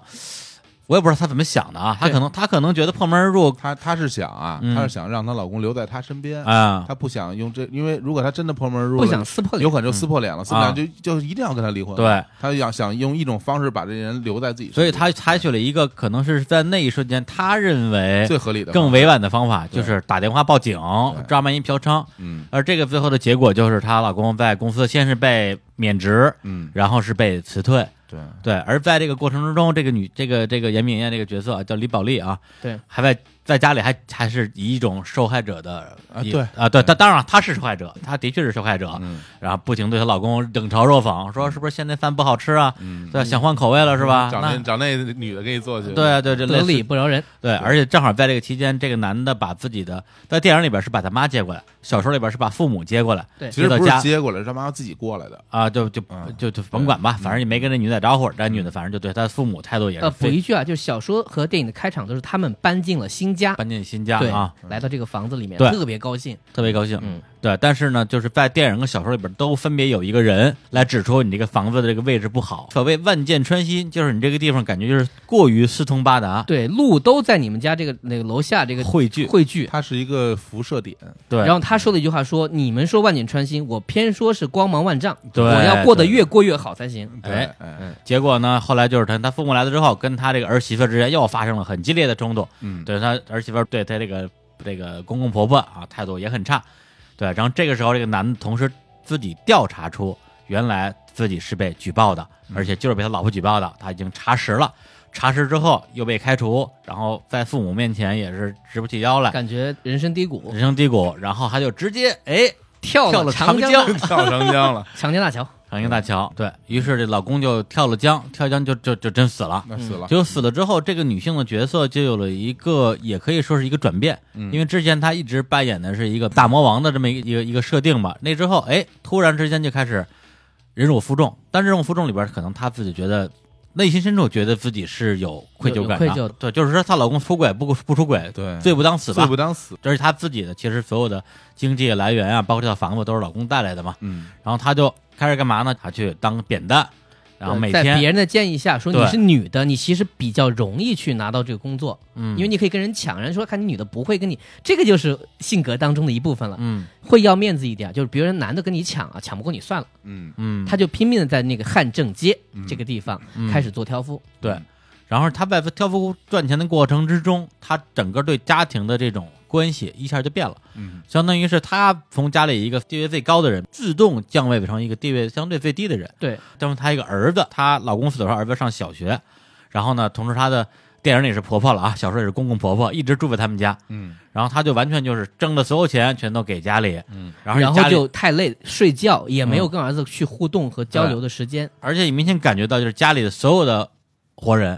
S2: 我也不知道她怎么想的啊，她
S1: 对
S2: 可能她可能觉得破门而入
S3: 她她是想啊，
S2: 嗯
S3: 她是想让她老公留在她身边，
S2: 啊，
S3: 她不想用这，因为如果她真的破门而入了，
S1: 不想撕破
S3: 有
S1: 脸。
S3: 可能就撕破脸了，撕破
S2: 啊
S3: 脸就就一定要跟他离婚。
S2: 对，
S3: 她想想用一种方式把这人留在自己身
S2: 所以
S3: 边，
S2: 她采取了一个可能是在那一瞬间她认为
S3: 最合理的
S2: 更
S3: 方
S2: 委婉的方法，
S3: 对
S2: 就是打电话报警，抓满一嫖娼。
S3: 嗯
S2: 而这个最后的结果就是她老公在公司先是被免职，
S3: 嗯
S2: 然后是被辞退。
S3: 对
S2: 对，而在这个过程之中，这个女这个这个严敏燕这个角色啊，叫李宝莉啊，
S1: 对，
S2: 还在在家里还还是以一种受害者的
S3: 啊
S2: 一
S3: 对
S2: 啊对，但当然了她是受害者，她的确是受害者，
S3: 嗯
S2: 然后不停对她老公冷嘲热讽，说是不是现在饭不好吃啊？
S3: 嗯，
S2: 对，想换口味了是吧？
S3: 找那
S2: 那
S3: 找那女的给你做去，
S2: 对啊对，这
S1: 得
S2: 类似
S1: 理不饶人，
S2: 对，而且正好在这个期间，这个男的把自己的在电影里边是把他妈接过来，小说里边是把父母接过来，
S1: 对
S3: 其
S2: 接
S3: 实
S2: 到
S3: 不是
S2: 家
S3: 接过来，是他妈自己过来的。
S2: 啊，就就
S3: 嗯
S2: 就就甭管吧，反正也没跟这女的打火，这女的反正就对她父母态度也是
S1: 呃，补
S2: 非
S1: 一句啊，就是小说和电影的开场都是他们搬进了新家，
S2: 搬进新家
S1: 对
S2: 啊，，
S1: 来到这个房子里面，
S2: 对
S1: 特别高兴。
S2: 特别高兴。
S1: 嗯，
S2: 对，但是呢，就是在电影跟小说里边都分别有一个人来指出你这个房子的这个位置不好。所谓万箭穿心，就是你这个地方感觉就是过于四通八达，
S1: 对，路都在你们家这个那个楼下这个
S2: 汇聚，
S1: 汇聚。
S3: 它是一个辐射点，
S2: 对，
S1: 然后他说了一句话说：“你们说万箭穿心，我偏说是光芒万丈。
S2: 对
S1: 我要过得
S2: 对
S1: 越过越好才行。
S3: 对
S2: 哎
S3: 哎，
S2: 结果呢，后来就是他他父母来了之后，跟他这个儿媳妇之间又发生了很激烈的冲突。
S3: 嗯，
S2: 对他儿媳妇对他这个这个公公婆婆啊态度也很差，对，然后这个时候这个男的同时自己调查出原来自己是被举报的，
S1: 嗯
S2: 而且就是被他老婆举报的，他已经查实了，查实之后又被开除，然后在父母面前也是直不起腰来，
S1: 感觉人生低谷，
S2: 人生低谷，然后他就直接哎
S1: 跳
S2: 跳
S1: 了
S2: 了
S1: 长
S2: 江
S1: 江大
S3: 跳长江了，
S1: 长江大桥。
S2: 长江大桥，对于是这老公就跳了江，跳江就就就真死了。
S3: 那死了，
S2: 就死了之后，这个女性的角色就有了一个，也可以说是一个转变，因为之前她一直扮演的是一个大魔王的这么一个一个一个设定嘛。那之后，哎，突然之间就开始忍辱负重，但忍辱负重里边，可能她自己觉得内心深处觉得自己是有愧疚感的，
S1: 有愧疚
S2: 对，就是说她老公出轨不不出轨，
S3: 对
S2: 罪不当死吧，
S3: 罪不当死，
S2: 这是她自己的，其实所有的经济来源啊，包括这套房子都是老公带来的嘛。
S3: 嗯，
S2: 然后她就开始干嘛呢？她去当扁担，然后每
S1: 在别
S2: 天
S1: 人的建议下说
S2: 对
S1: 你是女的，你其实比较容易去拿到这个工作，
S2: 嗯，
S1: 因为你可以跟人抢，人说看你女的不会跟你，这个就是性格当中的一部分了，
S2: 嗯
S1: 会要面子一点，就是别人男的跟你抢啊，抢不过你算了，
S3: 嗯
S2: 嗯，
S1: 他就拼命的在那个汉正街这个地方
S2: 嗯
S1: 开始做挑夫，
S2: 对，然后他在挑夫赚钱的过程之中，他整个对家庭的这种关系一下就变了，
S3: 嗯，
S2: 相当于是他从家里一个地位最高的人，自动降位成一个地位相对最低的人。
S1: 对，
S2: 但是他一个儿子，她老公死的时候，儿子上小学，然后呢，同时她的电影里是婆婆了啊，小说里是公公婆婆，一直住在他们家，
S3: 嗯，
S2: 然后她就完全就是挣的所有钱全都给家里，嗯，然后
S1: 然
S2: 家
S1: 后
S2: 里嗯
S1: 就太累，睡觉也没有跟儿子去互动和交流的时间，
S2: 而且你明显感觉到，就是家里的所有的活人，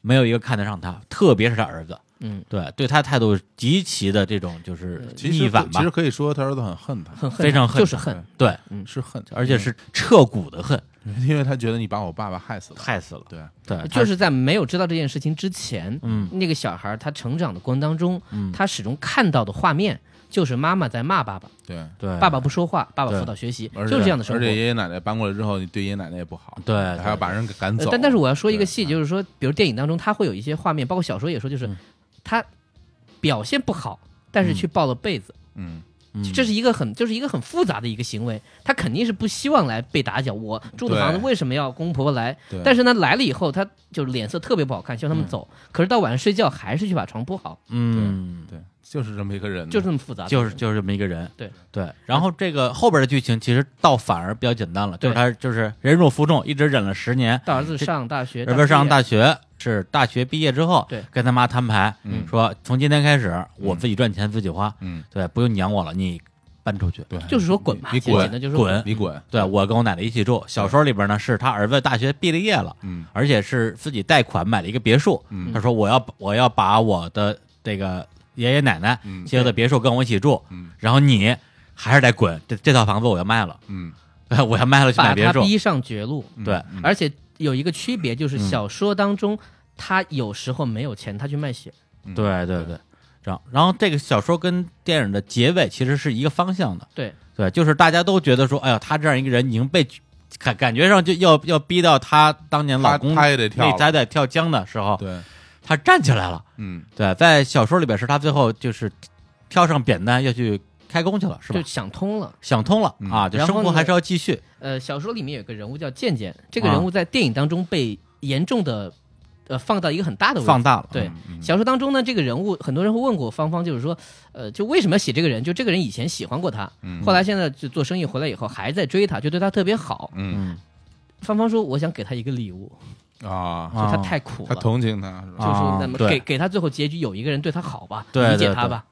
S2: 没有一个看得上他，特别是他儿子。
S1: 嗯，
S2: 对，对他态度极其的这种就是
S3: 呃其
S2: 逆
S3: 实
S2: 反
S3: 其
S2: 吧
S3: 实，可以说他儿子很恨他，嗯
S1: 很恨，
S2: 非常恨
S1: 就是恨，
S2: 对，
S3: 是恨，
S2: 而且是彻骨的恨，
S3: 因为他觉得你把我爸爸害死了，
S2: 害死了。
S3: 对，
S2: 对，
S1: 嗯就
S2: 他
S1: 是在没有知道这件事情之前，
S2: 嗯
S1: 那个小孩儿他成长的过程当中，
S2: 嗯
S1: 他始终看到的画面就是妈妈在骂爸爸，
S3: 对，
S2: 对
S1: 爸爸不说话，爸爸
S2: 对
S1: 辅导学习，
S3: 哎而且
S1: 就是这样的生
S3: 而
S1: 活
S3: 且。爷爷奶奶搬过来之后，你对爷爷奶奶也不好，
S2: 对
S3: 还要把人给赶
S1: 呃
S3: 走。
S1: 但但是我要说一个
S3: 对
S1: 细节，就是说，比如电影当中他会有一些画面，包括小说也说，
S3: 嗯
S1: 就是他表现不好，但是去抱了被子，
S3: 嗯，
S2: 嗯
S1: 这是一个很就是一个很复杂的一个行为，他肯定是不希望来被打搅。我住的房子
S3: 对
S1: 为什么要公公婆婆来？
S3: 对，嗯
S1: 但是呢，来了以后，他就是脸色特别不好看，希望他们走。可是到晚上睡觉还是去把床铺好，
S2: 嗯，
S3: 对，就是这么一个人，
S1: 就是这么复杂的事情。
S2: 就是就是这么一个人。
S1: 对
S2: 对，然后这个后边的剧情其实倒反而比较简单了，就是
S1: 对
S2: 他就是忍辱负重，一直忍了十年，
S1: 到儿子上大学，
S2: 儿子上
S1: 大
S2: 大
S1: 学
S2: 学是大学毕业之后，
S1: 对
S2: 跟他妈摊牌，
S3: 嗯
S2: 说从今天开始我自己赚钱自己花，
S3: 嗯，
S2: 对，不用你养我了，你搬出去，
S3: 对，
S1: 就是说滚吧，
S3: 你
S1: 简简单
S3: 滚，
S1: 就是
S2: 滚
S3: 你滚，
S2: 对我跟我奶奶一起住。小说里边呢是他儿子大学毕了业了，
S3: 嗯
S2: 而且是自己贷款买了一个别墅，
S3: 嗯
S2: 他说我要我要把我的这个爷爷奶奶
S3: 嗯
S2: 接到别墅跟我一起住，
S3: 嗯
S2: 然后你还是得滚，这这套房子我要卖了，
S3: 嗯，
S2: 我要卖了去买
S1: 把
S2: 别
S1: 他
S2: 墅，
S1: 逼上绝路。
S3: 嗯
S2: 对，
S3: 嗯
S1: 而且有一个区别就是
S2: 嗯
S1: 小说当中，他有时候没有钱，他去卖血，
S3: 嗯
S2: 对对对，然后然后这个小说跟电影的结尾其实是一个方向的，
S1: 对
S2: 对，就是大家都觉得说，哎呀，他这样一个人已经被感感觉上就要要逼到他当年老
S3: 他
S2: 公
S3: 他也得跳
S2: 那
S3: 了，
S2: 他在跳江的时候，
S3: 对，
S2: 他站起来了。
S3: 嗯，
S2: 对，在小说里边是他最后就是挑上扁担要去开工去了，是吧
S1: 就？想通了。
S2: 想通了
S3: 嗯
S2: 啊，就
S1: 然
S2: 生
S1: 后
S2: 活还
S1: 呢
S2: 是要继续。
S1: 呃，小说里面有个人物叫健健，这个
S2: 啊
S1: 人物在电影当中被严重的呃放到一个很大的位置
S2: 放大了，
S1: 对
S2: 嗯，
S1: 小说当中呢，这个人物很多人会问过芳芳，就是说，呃，就为什么要写这个人？就这个人以前喜欢过他，
S2: 嗯
S1: 后来现在就做生意回来以后还在追他，就对他特别好。
S2: 嗯
S1: 芳芳说：“我想给他一个礼物，
S3: 啊，
S1: 就
S2: 啊
S1: 他太苦
S3: 他
S1: 了，
S3: 同情他是吧？
S1: 就是那么
S2: 啊
S1: 给
S2: 对
S1: 给他最后结局有一个人对他好吧，
S2: 对
S1: 理解
S2: 对
S1: 他
S2: 对
S1: 吧。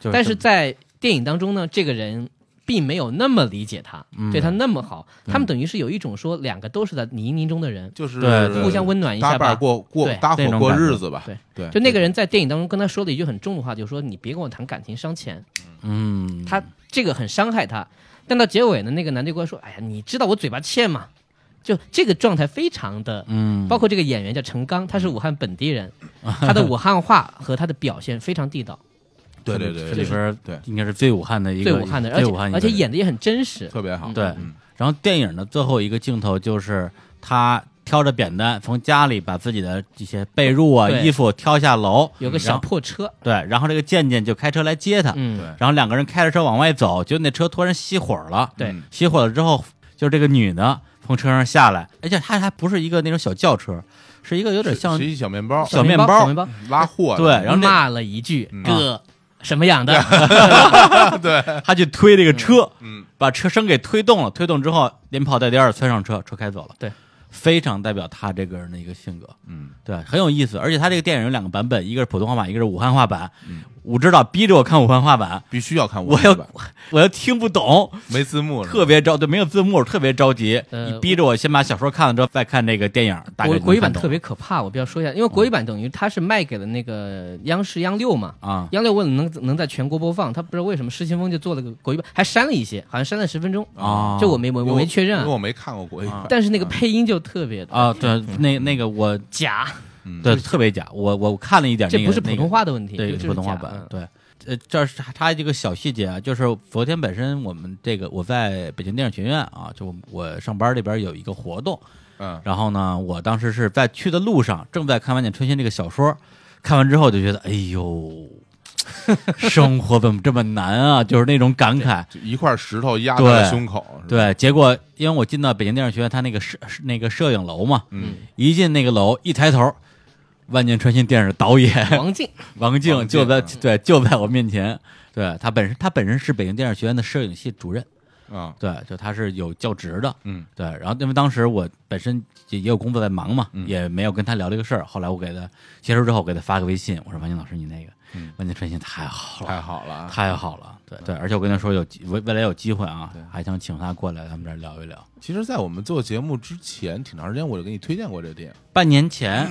S2: 就
S1: 但是
S2: 这么
S1: 在电影当中呢，这个人并没有那么理解他，
S2: 嗯
S1: 对他那么好，他们等于是有一种说两个都是在泥泞中的人，
S3: 就是
S2: 对对
S1: 互相温暖一
S3: 搭
S1: 下
S3: 伴
S1: 吧
S3: 儿。过过
S1: 对
S3: 搭伙
S2: 那种
S3: 过
S2: 感觉
S3: 日子吧。
S1: 对
S3: 对，
S1: 就那个人在电影当中跟他说了一句很重的话，就是说你别跟我谈感情伤钱，
S2: 嗯，
S1: 他这个很伤害他。但到结尾呢，那个男对官说：“哎呀，你知道我嘴巴欠嘛？”就这个状态非常的，
S2: 嗯，
S1: 包括这个演员叫陈刚，他是武汉本地人，他的武汉话和他的表现非常地道，
S3: 对对
S2: 这
S3: 对
S2: 里
S3: 对，
S2: 边
S3: 对
S2: 应该是最武汉的一个
S1: 最武汉的，而
S2: 最武汉
S1: 且
S2: 一个
S1: 而且
S2: 人
S1: 演的也很真实。
S3: 特别好。
S2: 对
S3: 嗯，
S2: 然后电影的最后一个镜头就是他挑着扁担从家里把自己的这些被褥啊、
S1: 对
S2: 衣服挑下楼，
S1: 有个
S2: 然
S1: 小
S2: 后
S1: 破车，啊
S2: 对，然后这个健健就开车来接他，
S1: 嗯，
S2: 然后两个人开着车往外走，结果那车突然熄火了，
S1: 对
S3: 嗯
S2: 熄火了之后，就是这个女的从车上下来，而且她还不是一个那种小轿车，是一个有点
S3: 是
S2: 像
S3: 是一小面包
S2: 小面包
S1: 小面包，
S3: 拉货
S2: 对，
S3: 的，
S2: 然后那
S1: 骂了一句
S3: 嗯：“
S1: 哥，什么样的
S2: 她去推这个车，
S3: 嗯，
S2: 把车身给推动了，推动之后连跑带颠儿窜上车，车开走了，
S1: 对。
S2: 非常代表她这个人的一个性格，
S3: 嗯，
S2: 对，很有意思。而且她这个电影有两个版本，一个是普通话版，一个是武汉话版。
S3: 嗯
S2: 我知道逼着我看武汉话版，
S3: 必须要看
S2: 我
S3: 汉
S2: 要
S3: 版
S2: 我又听不懂，
S3: 没字幕是吧，
S2: 特别着对，没有字幕，特别着急。
S1: 呃
S2: 你逼着我先把小说看了之后再看这个电影， 大概
S1: 国
S2: 就能
S1: 国语版
S2: 看懂
S1: 特别可怕，我必要说一下，因为国语版等于它是卖给了那个央视央六嘛，
S2: 啊，
S1: 央六为了能能在全国播放，他不知道为什么失心疯就做了个国语版，还删了一些，好像删了十分钟
S2: 哦
S1: 就我没我
S3: 因为
S1: 我没确认
S3: 因为
S1: 啊。
S3: 我没看过国语版。
S1: 但是那个配音就特别的
S2: 啊，对，那那个我
S1: 嗯假，
S3: 嗯
S2: 对特别假，我我看了一点、那
S1: 这
S2: 个，
S1: 不是普通
S2: 话。
S1: 话的问题，
S2: 对，
S1: 就就是
S2: 普通话
S1: 假
S2: 版
S1: 嗯，
S2: 对。呃，这是它这个小细节啊，就是昨天本身我们这个我在北京电影学院啊，就我我上班这边有一个活动，
S3: 嗯，
S2: 然后呢，我当时是在去的路上，正在看《万箭穿心》这个小说，看完之后就觉得，哎呦，生活怎么这么难啊？就是那种感慨。
S3: 就一块石头压在了
S2: 对
S3: 胸口，是吧，
S2: 对，结果因为我进到北京电影学院，它那个摄那个摄影楼嘛，
S3: 嗯，
S2: 一进那个楼，一抬头，《万箭穿心》电影导演
S1: 王静
S2: 王
S3: 王
S2: 静就
S3: 静
S2: 在
S3: 嗯
S2: 对就在我面前，对他本身他本身是北京电影学院的摄影系主任，
S3: 啊，
S2: 对，就他是有教职的，
S3: 嗯，
S2: 对。然后因为当时我本身也也有工作在忙嘛，
S3: 嗯
S2: 也没有跟他聊这个事儿。后来我给他结束之后，我给他发个微信，我说王静老师，你那个
S3: 嗯
S2: 万箭穿心太好了，
S3: 太好了，
S2: 太好了，对对。而且我跟他说有机未未来有机会啊
S3: 对，
S2: 还想请他过来咱们这儿聊一聊。
S3: 其实，在我们做节目之前，挺长时间我就给你推荐过这电影。
S2: 半年 前，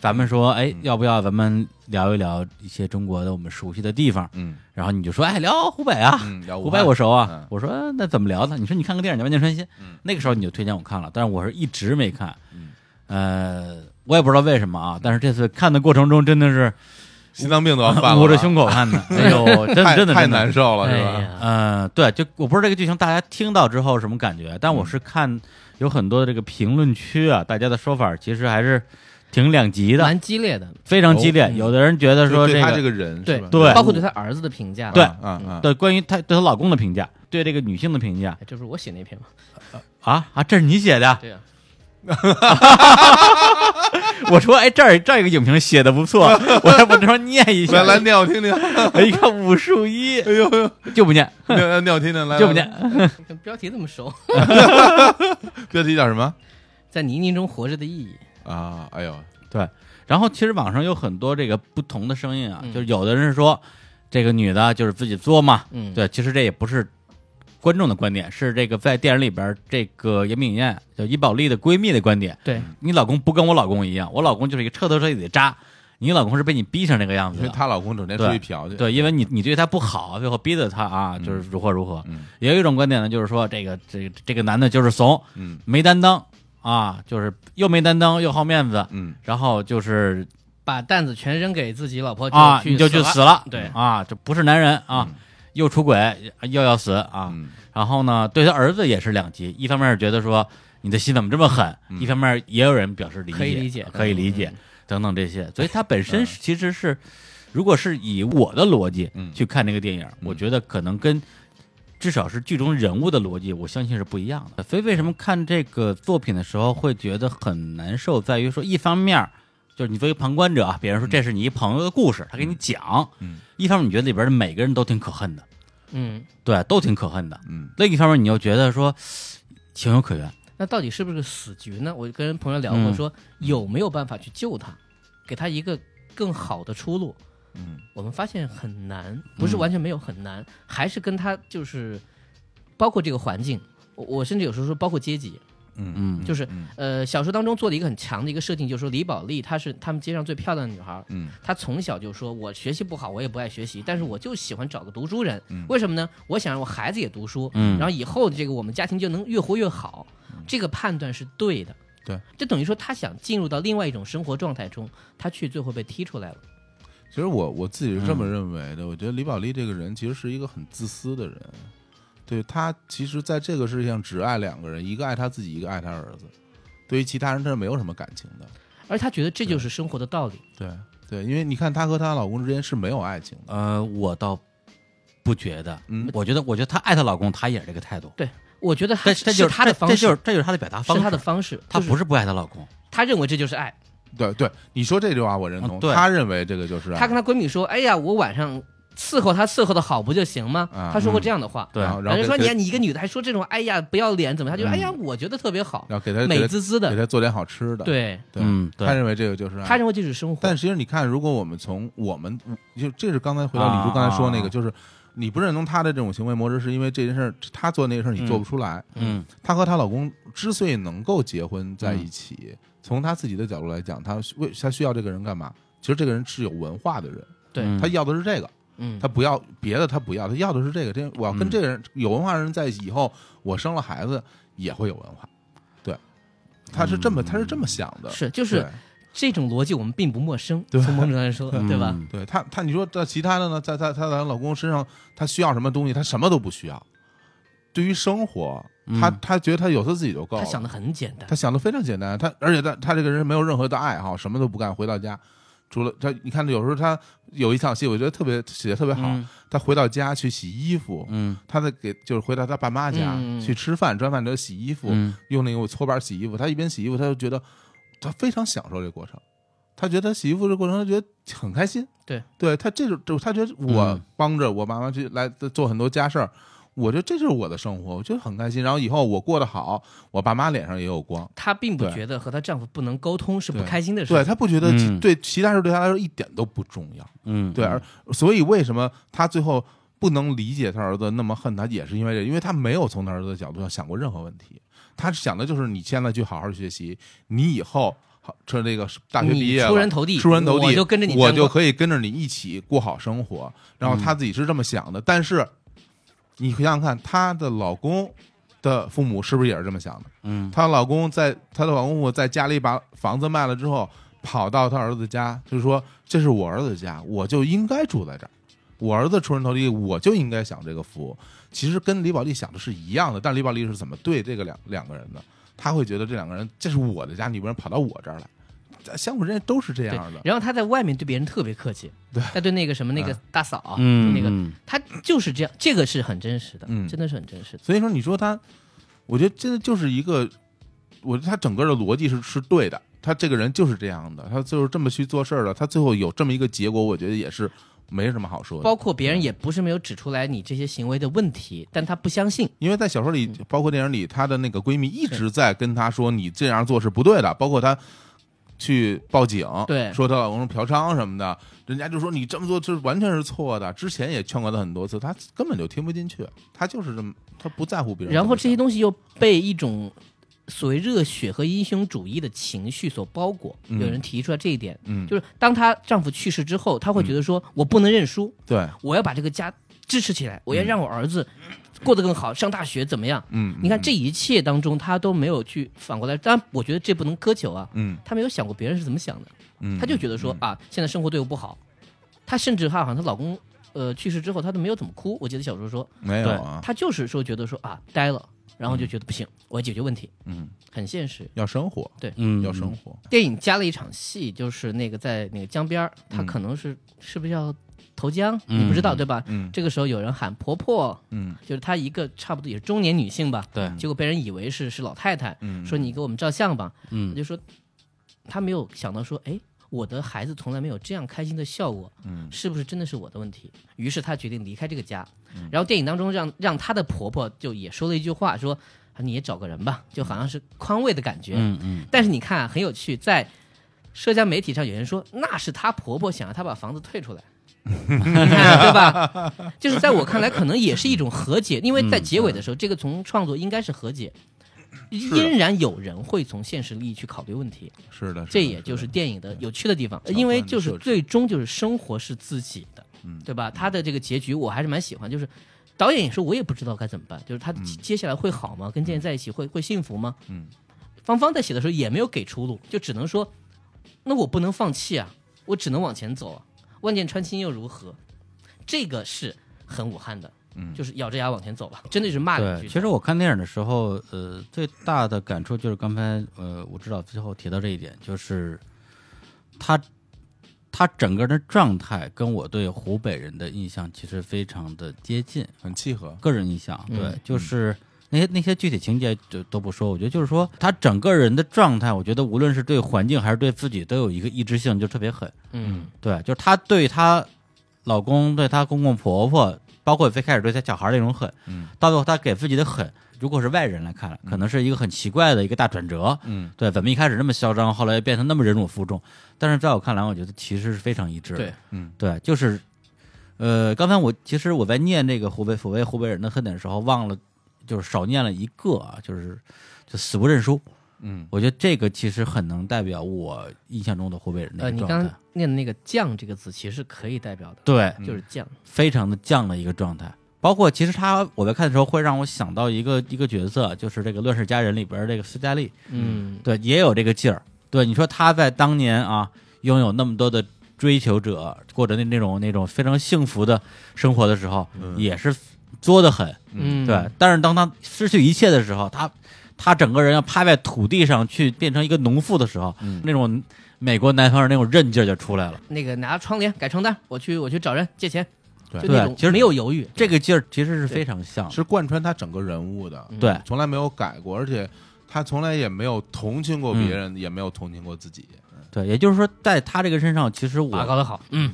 S2: 咱们说，
S3: 嗯
S2: 哎，要不要咱们聊一聊一些中国的我们熟悉的地方？
S3: 嗯
S2: 然后你就说，哎，聊湖北啊，
S3: 嗯，聊
S2: 湖北我熟啊，
S3: 嗯
S2: 我说呃那怎么聊呢？你说你看个电影叫《万箭穿心》，那个时候你就推荐我看了，但是我是一直没看，
S3: 嗯
S2: 呃，我也不知道为什么啊，但是这次看的过程中真的是
S3: 心脏病都要犯了吧，
S2: 捂着胸口看 的，哎呦，真的
S3: 太
S2: 真的
S3: 太
S2: 真的
S3: 难受了，
S1: 哎
S3: 是吧？
S1: 呀，
S2: 呃，对，就我不知道这个剧情大家听到之后什么感觉，但
S3: 嗯
S2: 我是看有很多的这个评论区啊，大家的说法其实还是挺两极的，
S1: 蛮激烈的，
S2: 非常激烈，有的人觉得
S3: 就
S2: 说
S3: 哦对他这
S2: 个
S3: 个人，
S1: 对
S3: 是吧
S2: 对
S1: 包括对他儿子的评价，哎
S2: 对
S3: 啊啊，
S2: 对关于她对她老公的评价，对这个女性的评价
S1: 哎这不是我写那篇吗？
S2: 啊啊，这是你写的。
S1: 对啊，
S2: 我说，哎，这儿这儿有个影评写的不 错，我还不能说念一
S3: 来
S2: 下。
S3: 来念我听 听，哎
S2: 我一看武术一
S3: 呦 哎呦，
S2: 就不念，
S3: 念念我听听，来
S2: 就不，念
S3: 来。
S1: 跟标题这么熟，
S3: 来标题叫什么
S1: 在泥泞中活着的意义，
S3: 啊？哎呦，
S2: 对，然后其实网上有很多这个不同的声音啊，
S1: 嗯
S2: 就是有的人说这个女的就是自己作嘛，
S1: 嗯
S2: 对，其实这也不是观众的观点，是这个在电影里边这个严敏燕叫伊宝莉的闺蜜的观点。
S1: 对，
S2: 你老公不跟我老公一样，我老公就是一个彻头彻底的渣，你老公是被你逼成这个样
S3: 因
S2: 子
S3: 为
S2: 的。
S3: 她老公整天出去嫖去，
S2: 对，因为你你对他不好，最后逼着他啊，就是如何如何。
S3: 嗯
S2: 也有一种观点呢，就是说这个这个这个男的就是怂，
S3: 嗯
S2: 没担当啊，就是又没担当又好面子，
S3: 嗯，
S2: 然后就是
S1: 把担子全扔给自己老婆
S2: 啊，
S1: 去
S2: 你就去
S1: 死
S2: 死
S1: 了，
S2: 了，
S1: 对
S2: 啊，这不是男人啊，又出轨又要死啊，
S3: 嗯
S2: 然后呢，对他儿子也是两极，一方面是觉得说你的心怎么这么狠，一方面也有人表示理解，呃
S1: 可以理解
S2: 可以理解。等等这些，所以它本身是其实是，如果是以我的逻辑
S3: 嗯
S2: 去看这个电影，我觉得可能跟至少是剧中人物的逻辑，我相信是不一样的。所以为什么看这个作品的时候会觉得很难受，在于说一方面儿就是你作为旁观者啊，比如说这是你一朋友的故事，他给你讲，
S3: 嗯
S2: 一方面你觉得里边的每个人都挺可恨的，
S1: 嗯，
S2: 对，都挺可恨的；
S3: 嗯
S2: 另一方面你又觉得说情有可原，
S1: 那到底是不是个死局呢？我跟朋友聊过
S2: 嗯
S1: 说，有没有办法去救他，给他一个更好的出路？
S3: 嗯
S1: 我们发现很难，不
S2: 嗯
S1: 是完全没有很难，还是跟他就是包括这个环境，我我甚至有时候说包括阶级，
S3: 嗯
S2: 嗯，
S1: 就是
S3: 嗯
S1: 呃小说当中做了一个很强的一个设定，就是说李宝莉她是他们街上最漂亮的女孩，
S3: 嗯
S1: 她从小就说我学习不好，我也不爱学习，但是我就喜欢找个读书人，
S3: 嗯
S1: 为什么呢？我想让我孩子也读书，
S2: 嗯
S1: 然后以后这个我们家庭就能越活越好，这个判断是对的。
S3: 对，
S1: 就等于说他想进入到另外一种生活状态中，他却最后被踢出来了。
S3: 其实我我自己是这
S1: 嗯
S3: 么认为的，我觉得李宝莉这个人其实是一个很自私的人，对她其实在这个事情上只爱两个人，一个爱她自己，一个爱她儿子，对于其他人她是没有什么感情的。
S1: 而他觉得这就是生活的道理。
S3: 对对，因为你看她和她老公之间是没有爱情的，
S2: 呃，我倒不觉得，
S3: 嗯
S2: 我觉得，我觉得她爱她老公，她也是这个态度，
S1: 我觉得他
S2: 但这就是
S1: 他的
S2: 这
S1: 方
S2: 这
S1: 式，
S2: 就是这就是她的表达方
S1: 是
S2: 式，
S1: 他的方式，
S2: 她
S1: 就是
S2: 不是不爱她老公，
S1: 他认为这就是爱。
S3: 对对，你说这句话我认同，
S2: 嗯对
S3: 她认为这个就是爱
S1: 啊她跟她闺蜜说：“哎呀，我晚上伺候她伺候的好不就行吗？”
S3: 啊
S1: 她说过这样的话。
S2: 对
S3: 然后然
S1: 人家说
S3: 后
S1: 你
S3: 给
S1: 看你一个女的还说这种哎呀不要脸怎么样？她就
S2: 嗯
S1: 哎呀我觉得特别好，
S3: 然后给她
S1: 美
S3: 给她
S1: 滋滋
S3: 给
S1: 的。
S3: 她做点好吃的，
S1: 对，
S3: 对，
S2: 嗯，
S3: 她
S2: 对，
S3: 认为这个就是爱，
S1: 她认为这是生活。
S3: 但实际上，你看，如果我们从我们嗯就这是刚才回到李叔刚才说那
S2: 啊啊
S3: 个，
S2: 啊
S3: 就是你不认同他的这种行为模式，是因为这件事儿他做那个事儿你做不出来。
S2: 嗯
S3: 她和她老公之所以能够结婚在一起，从她自己的角度来讲，她为她需要这个人干嘛？其实这个人是有文化的人，
S1: 对，
S2: 嗯
S3: 她要的是这个，
S1: 嗯，
S3: 她不要别的，她不要，她要的是这个。这我要跟
S2: 嗯
S3: 这个人有文化的人在一起以后，我生了孩子也会有文化。对，她是这么，她是这么想的，
S1: 是就是
S3: 对
S1: 这种逻辑我们并不陌生，
S3: 对
S1: 从某种上来说，对吧？
S2: 嗯
S3: 对她，她你说在其他的呢，在在她的老公身上，她需要什么东西，她什么都不需要。对于生活，她
S2: 嗯
S3: 她觉得她有她自己就够
S1: 她
S3: 了。
S1: 想的很简单
S3: 她，想的非常简单，她而且她她这个人没有任何的爱好，什么都不干，回到家。除了她，你看有时候她有一场戏，我觉得特别写的特别好。
S2: 嗯
S3: 她回到家去洗衣服，
S2: 嗯
S3: 她在给就是回到她爸妈家、
S1: 嗯
S3: 去吃饭，吃完饭之后洗衣服，
S2: 嗯
S3: 用那个搓板洗衣服。她一边洗衣服，她就觉得她非常享受这个过程。她觉得洗衣服这过程，她觉得很开心。
S1: 对，
S3: 对她这种，就她觉得我
S2: 嗯
S3: 帮着我妈妈去来做很多家事儿，我觉得这就是我的生活，我觉得很开心。然后以后我过得好，我爸妈脸上也有光。
S1: 她并不
S3: 对
S1: 觉得和她丈夫不能沟通是不
S3: 对
S1: 开心的事
S3: 对
S1: 情。
S3: 她不觉得其
S2: 嗯
S3: 对其他事对她来说一点都不重要。
S2: 嗯，
S3: 对，而所以为什么她最后不能理解她儿子那么恨她，也是因为这个，因为她没有从她儿子的角度上想过任何问题，她想的就是你现在去好好学习，你以后好趁这个大学毕业
S1: 你
S3: 了
S1: 出人头地，
S3: 出人头地，
S1: 我就跟着你，
S3: 我就可以跟着你一起过好生活。然后
S1: 嗯
S3: 她自己是这么想的，但是你想想看，她的老公的父母是不是也是这么想的？
S2: 嗯
S3: 她老公在她的老公父母在家里把房子卖了之后，跑到她儿子家，就说这是我儿子的家，我就应该住在这儿。我儿子出人头地，我就应该享这个福。其实跟李宝莉想的是一样的，但李宝莉是怎么对这个两两个人的？她会觉得这两个人，这是我的家，你为什么跑到我这儿来？在相互之间都是这
S1: 对
S3: 样的，。
S1: 然后她在外面对别人特别客气，
S3: 对，
S1: 她对那个什么那个大嫂，
S2: 嗯
S1: 那个
S2: 嗯
S1: 她就是这样，这个是很真实的，
S3: 嗯
S1: 真的是很真实的。
S3: 所以说，你说她，我觉得这就是一个，我觉得她整个的逻辑是是对的。她这个人就是这样的，她就是这么去做事儿的。她最后有这么一个结果，我觉得也是没什么好说的。
S1: 包括别人也不是没有指出来你这些行为的问题，但她不相信。
S3: 因为在小说里，
S1: 嗯
S3: 包括电影里，她的那个闺蜜一直在跟她说你这样做是不对的，包括她去报警，
S1: 对
S3: 说她老公是嫖娼什么的，人家就说你这么做这完全是错的。之前也劝过她很多次，她根本就听不进去，她就是这么，她不在乎别人怎么想。
S1: 然后这些东西又被一种所谓热血和英雄主义的情绪所包裹。
S3: 嗯
S1: 有人提出来这一点，
S3: 嗯
S1: 就是当她丈夫去世之后，她会觉得说、我不能认输，
S3: 对，
S1: 我要把这个家支持起来，我要让我儿子过得更好，上大学怎么样？
S3: 嗯，
S1: 你看这一切当中，她都没有去反过来。当然，我觉得这不能苛求啊，
S3: 嗯，
S1: 她没有想过别人是怎么想的，
S3: 嗯，嗯
S1: 她就觉得说、啊，现在生活对我不好。她甚至她好像她老公呃去世之后，他都没有怎么哭。我记得小时候说，
S3: 没有啊，嗯
S1: 他就是说觉得说啊呆了，然后就觉得不行，我要解决问题，嗯，很现实。
S3: 要生活，
S2: 嗯，
S3: 要生活，
S1: 电影加了一场戏，就是那个在那个江边儿，他可能是、是不是要投江，你不知道对吧？
S3: 嗯嗯
S1: 这个时候有人喊婆婆，
S3: 嗯
S1: 就是她一个差不多也是中年女性吧，
S2: 对，
S1: 结果被人以为是是老太太，
S3: 嗯，
S1: 说你给我们照相吧，我
S2: 嗯
S1: 就说她没有想到说，哎，我的孩子从来没有这样开心的笑过，
S3: 嗯
S1: 是不是真的是我的问题？于是她决定离开这个家。
S3: 嗯
S1: 然后电影当中让让她的婆婆就也说了一句话，说啊你也找个人
S3: 嗯
S1: 吧，就好像是宽慰的感觉。
S2: 嗯嗯，
S1: 但是你看、啊、很有趣，在社交媒体上有人说那是她婆婆想让她把房子退出来。 你看对吧？就是在我看来，可能也是一种和解，因为在结尾的时候，这个从创作应该是和解，依然有人会从现实利益去考虑问题，
S3: 是的，
S1: 这
S3: 的
S1: 也
S3: 的
S1: 就是电影的有趣的地方，
S3: 桥段的
S1: 因为就是
S3: 设置
S1: 最终就是生活是自己的，对吧？他的这个结局我还是蛮喜欢，就是导演也说我也不知道该怎么办，就是他接下来会好吗？跟健在一起会会幸福吗？
S3: 嗯，
S1: 芳芳在写的时候也没有给出路，就只能说，那我不能放弃啊，我只能往前走啊，万箭穿心又如何？这个是很武汉的，
S3: 嗯
S1: 就是咬着牙往前走吧，真的是骂了一
S2: 对，
S1: 句，
S2: 其实我看电影的时候，呃，最大的感触就是刚才呃，我知道最后提到这一点，就是他他整个人的状态跟我对湖北人的印象其实非常的接近，
S3: 很契合，
S2: 个人印象，对，
S1: 嗯
S2: 就是那些那些具体情节就都不说，我觉得就是说他整个人的状态，我觉得无论是对环境还是对自己都有一个意志性，就特别狠。
S1: 嗯
S2: 对，就是她对她老公、对她公公婆婆，包括最开始对她小孩儿那种狠，
S3: 嗯，
S2: 到最后她给自己的狠，如果是外人来看，可能是一个很奇怪的一个大转折。
S3: 嗯，
S2: 对，怎么一开始那么嚣张，后来变成那么忍辱负重？但是在我看来，我觉得其实是非常一致的。
S1: 对，
S3: 嗯，
S2: 对，就是，呃，刚才我其实我在念这个湖北所谓湖北人的恨的时候，忘了就是少念了一个啊，就是就死不认输。
S3: 嗯，
S2: 我觉得这个其实很能代表我印象中的湖北人的
S1: 呃，
S2: 一
S1: 你
S2: 个
S1: 刚
S2: 状态。嗯
S1: 刚念的那个“犟”这个字，其实是可以代表的，
S2: 对，
S3: 嗯
S1: 就是犟，
S2: 非常的犟的一个状态。包括其实他我在看的时候，会让我想到一个一个角色，就是这个《乱世佳人》里边儿这个斯嘉丽，
S1: 嗯
S2: 对，也有这个劲儿。对，你说他在当年啊，拥有那么多的追求者，过着那那种那种非常幸福的生活的时候，也是作的很，
S1: 嗯，
S2: 对。但是当他失去一切的时候，他他整个人要趴在土地上去变成一个农妇的时候，
S1: 嗯
S2: 那种美国南方人那种韧劲儿就出来了。
S1: 那个拿窗帘改床单，我去我去找人借钱，
S3: 对
S1: 就那种
S2: 对其实
S1: 没有犹豫，
S2: 这个劲儿其实是
S1: 对
S2: 非常像的，
S3: 是贯穿他整个人物的，
S1: 嗯
S2: 对。
S3: 从来没有改过，而且他从来也没有同
S1: 嗯
S3: 情过别人，也没有同情过自己，
S2: 对，也就是说，在他这个身上，其实
S1: 拔高
S2: 我
S1: 的好，嗯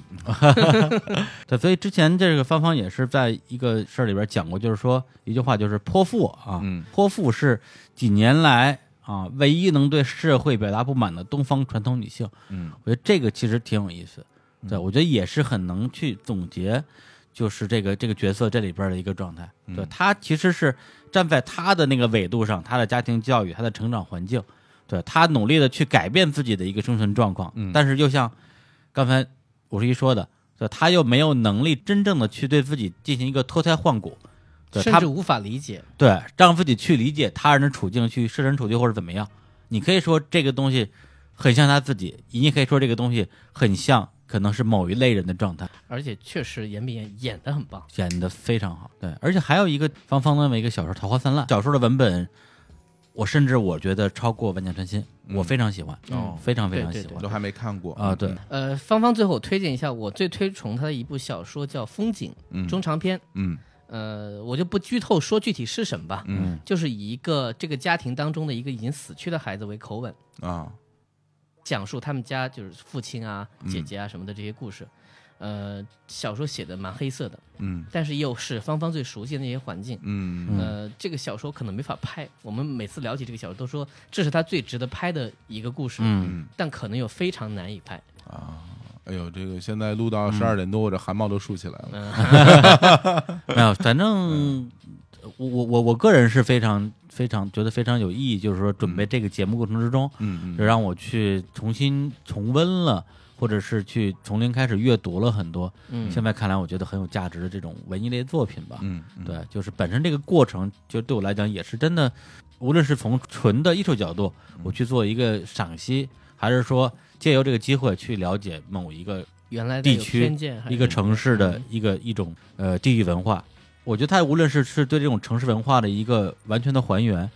S2: 对，所以之前这个芳芳也是在一个事儿里边讲过，就是说一句话，就是泼妇啊，
S3: 嗯
S2: 泼妇是几年来啊唯一能对社会表达不满的东方传统女性。
S3: 嗯
S2: 我觉得这个其实挺有意思，对我觉得也是很能去总结，就是这个这个角色这里边的一个状态。
S3: 嗯
S2: 对他其实是站在他的那个纬度上，他的家庭教育，他的成长环境，对他努力的去改变自己的一个生存状况，
S3: 嗯
S2: 但是又像刚才五十一说的，对他又没有能力真正的去对自己进行一个脱胎换骨。对
S1: 甚
S2: 他
S1: 至无法理解，
S2: 对，让自己去理解他人的处境，去设身处地或者怎么样。你可以说这个东西很像他自己，你也可以说这个东西很像，可能是某一类人的状态，
S1: 而且确实严炳炎演的很棒，
S2: 演的非常好。对，而且还有一个方方的那么一个小说《桃花泛滥》，小说的文本，我甚至我觉得超过《万箭穿心》，我非常喜欢，
S1: 嗯
S2: 非常非常
S1: 对对
S2: 喜欢
S3: 我都还没看过嗯
S2: 啊！对，，
S1: 呃，芳芳最后推荐一下，我最推崇她的一部小说叫《风景》，
S3: 嗯
S1: 中长篇，
S3: 嗯
S1: 呃，我就不剧透说具体是什么吧，
S3: 嗯
S1: 就是以一个这个家庭当中的一个已经死去的孩子为口吻，
S3: 啊，
S1: 讲述他们家就是父亲啊、姐姐啊什么的这些故事。呃，小说写的蛮黑色的，
S3: 嗯
S1: 但是又是芳芳最熟悉的那些环境。
S3: 嗯
S1: 呃，这个小说可能没法拍，我们每次聊起这个小说都说这是他最值得拍的一个故事，
S2: 嗯，
S1: 但可能又非常难以拍。
S3: 啊，哎呦，这个现在录到十二点多，我这汗毛都竖起来了，
S2: 没有，反正呃我我我我个人是非常非常觉得非常有意义，就是说准备这个节目过程之中，
S3: 嗯
S2: 就让我去重新重温了，或者是去从零开始阅读了很多。
S1: 嗯
S2: 现在看来，我觉得很有价值的这种文艺类作品吧。
S3: 嗯嗯，
S2: 对，就是本身这个过程，就对我来讲也是真的，无论是从纯的艺术角
S3: 嗯
S2: 度，我去做一个赏析，还是说借由这个机会去了解某一个
S1: 原来带
S2: 地
S1: 有
S2: 区
S1: 偏见还、是
S2: 一个城市的
S1: 嗯
S2: 一个一种呃地域文化。我觉得它无论是是对这种城市文化的一个完全的还原，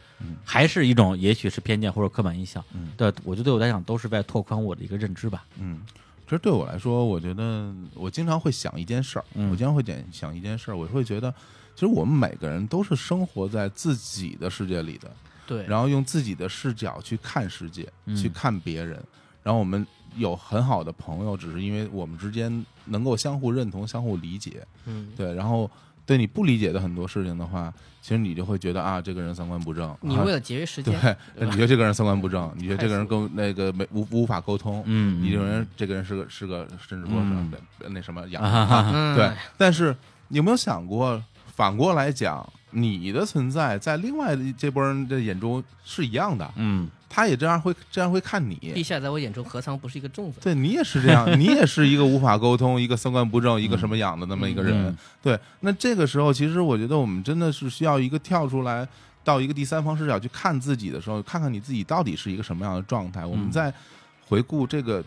S2: 还是一种也许是偏见或者刻板印象
S3: 嗯
S2: 对，我觉得对我来讲都是在拓宽我的一个认知吧。
S3: 嗯，其实对我来说，我觉得我经常会想一件事儿，
S2: 嗯
S3: 我经常会点想一件事儿，我会觉得，其实我们每个人都是生活在自己的世界里的，
S1: 对，
S3: 然后用自己的视角去看世界，
S2: 嗯
S3: 去看别人。然后我们有很好的朋友，只是因为我们之间能够相互认同、相互理解，
S1: 嗯，
S3: 对。然后对你不理解的很多事情的话，其实你就会觉得啊，这个人三观不正。
S1: 你
S3: 啊
S1: 为了节约时间，
S3: 对，那你觉得这个人三观不正，你觉得
S1: 太
S3: 这个人
S1: 俗
S3: 跟那个没无无法沟通，
S2: 嗯
S3: 你这个
S2: 嗯
S3: 人这个人是个是个甚至说
S2: 嗯
S3: 是那什么养
S2: 啊哈哈
S1: 嗯，
S3: 对，但是你有没有想过，反过来讲，你的存在在另外的这波人的眼中是一样的，
S2: 嗯
S3: 他也这样会这样会看
S1: 地
S3: 你。
S1: 下在我眼中何尝不是一个重分？
S3: 对你也是这 样，你也是一个无法沟通、一个三观不正、一个什么样的那么一个人。
S2: 嗯
S3: 对，那这个时候，其实我觉得我们真的是需要一个跳出来，到一个第三方视角去看自己的时候，看看你自己到底是一个什么样的状态。我们
S2: 嗯
S3: 在回顾这个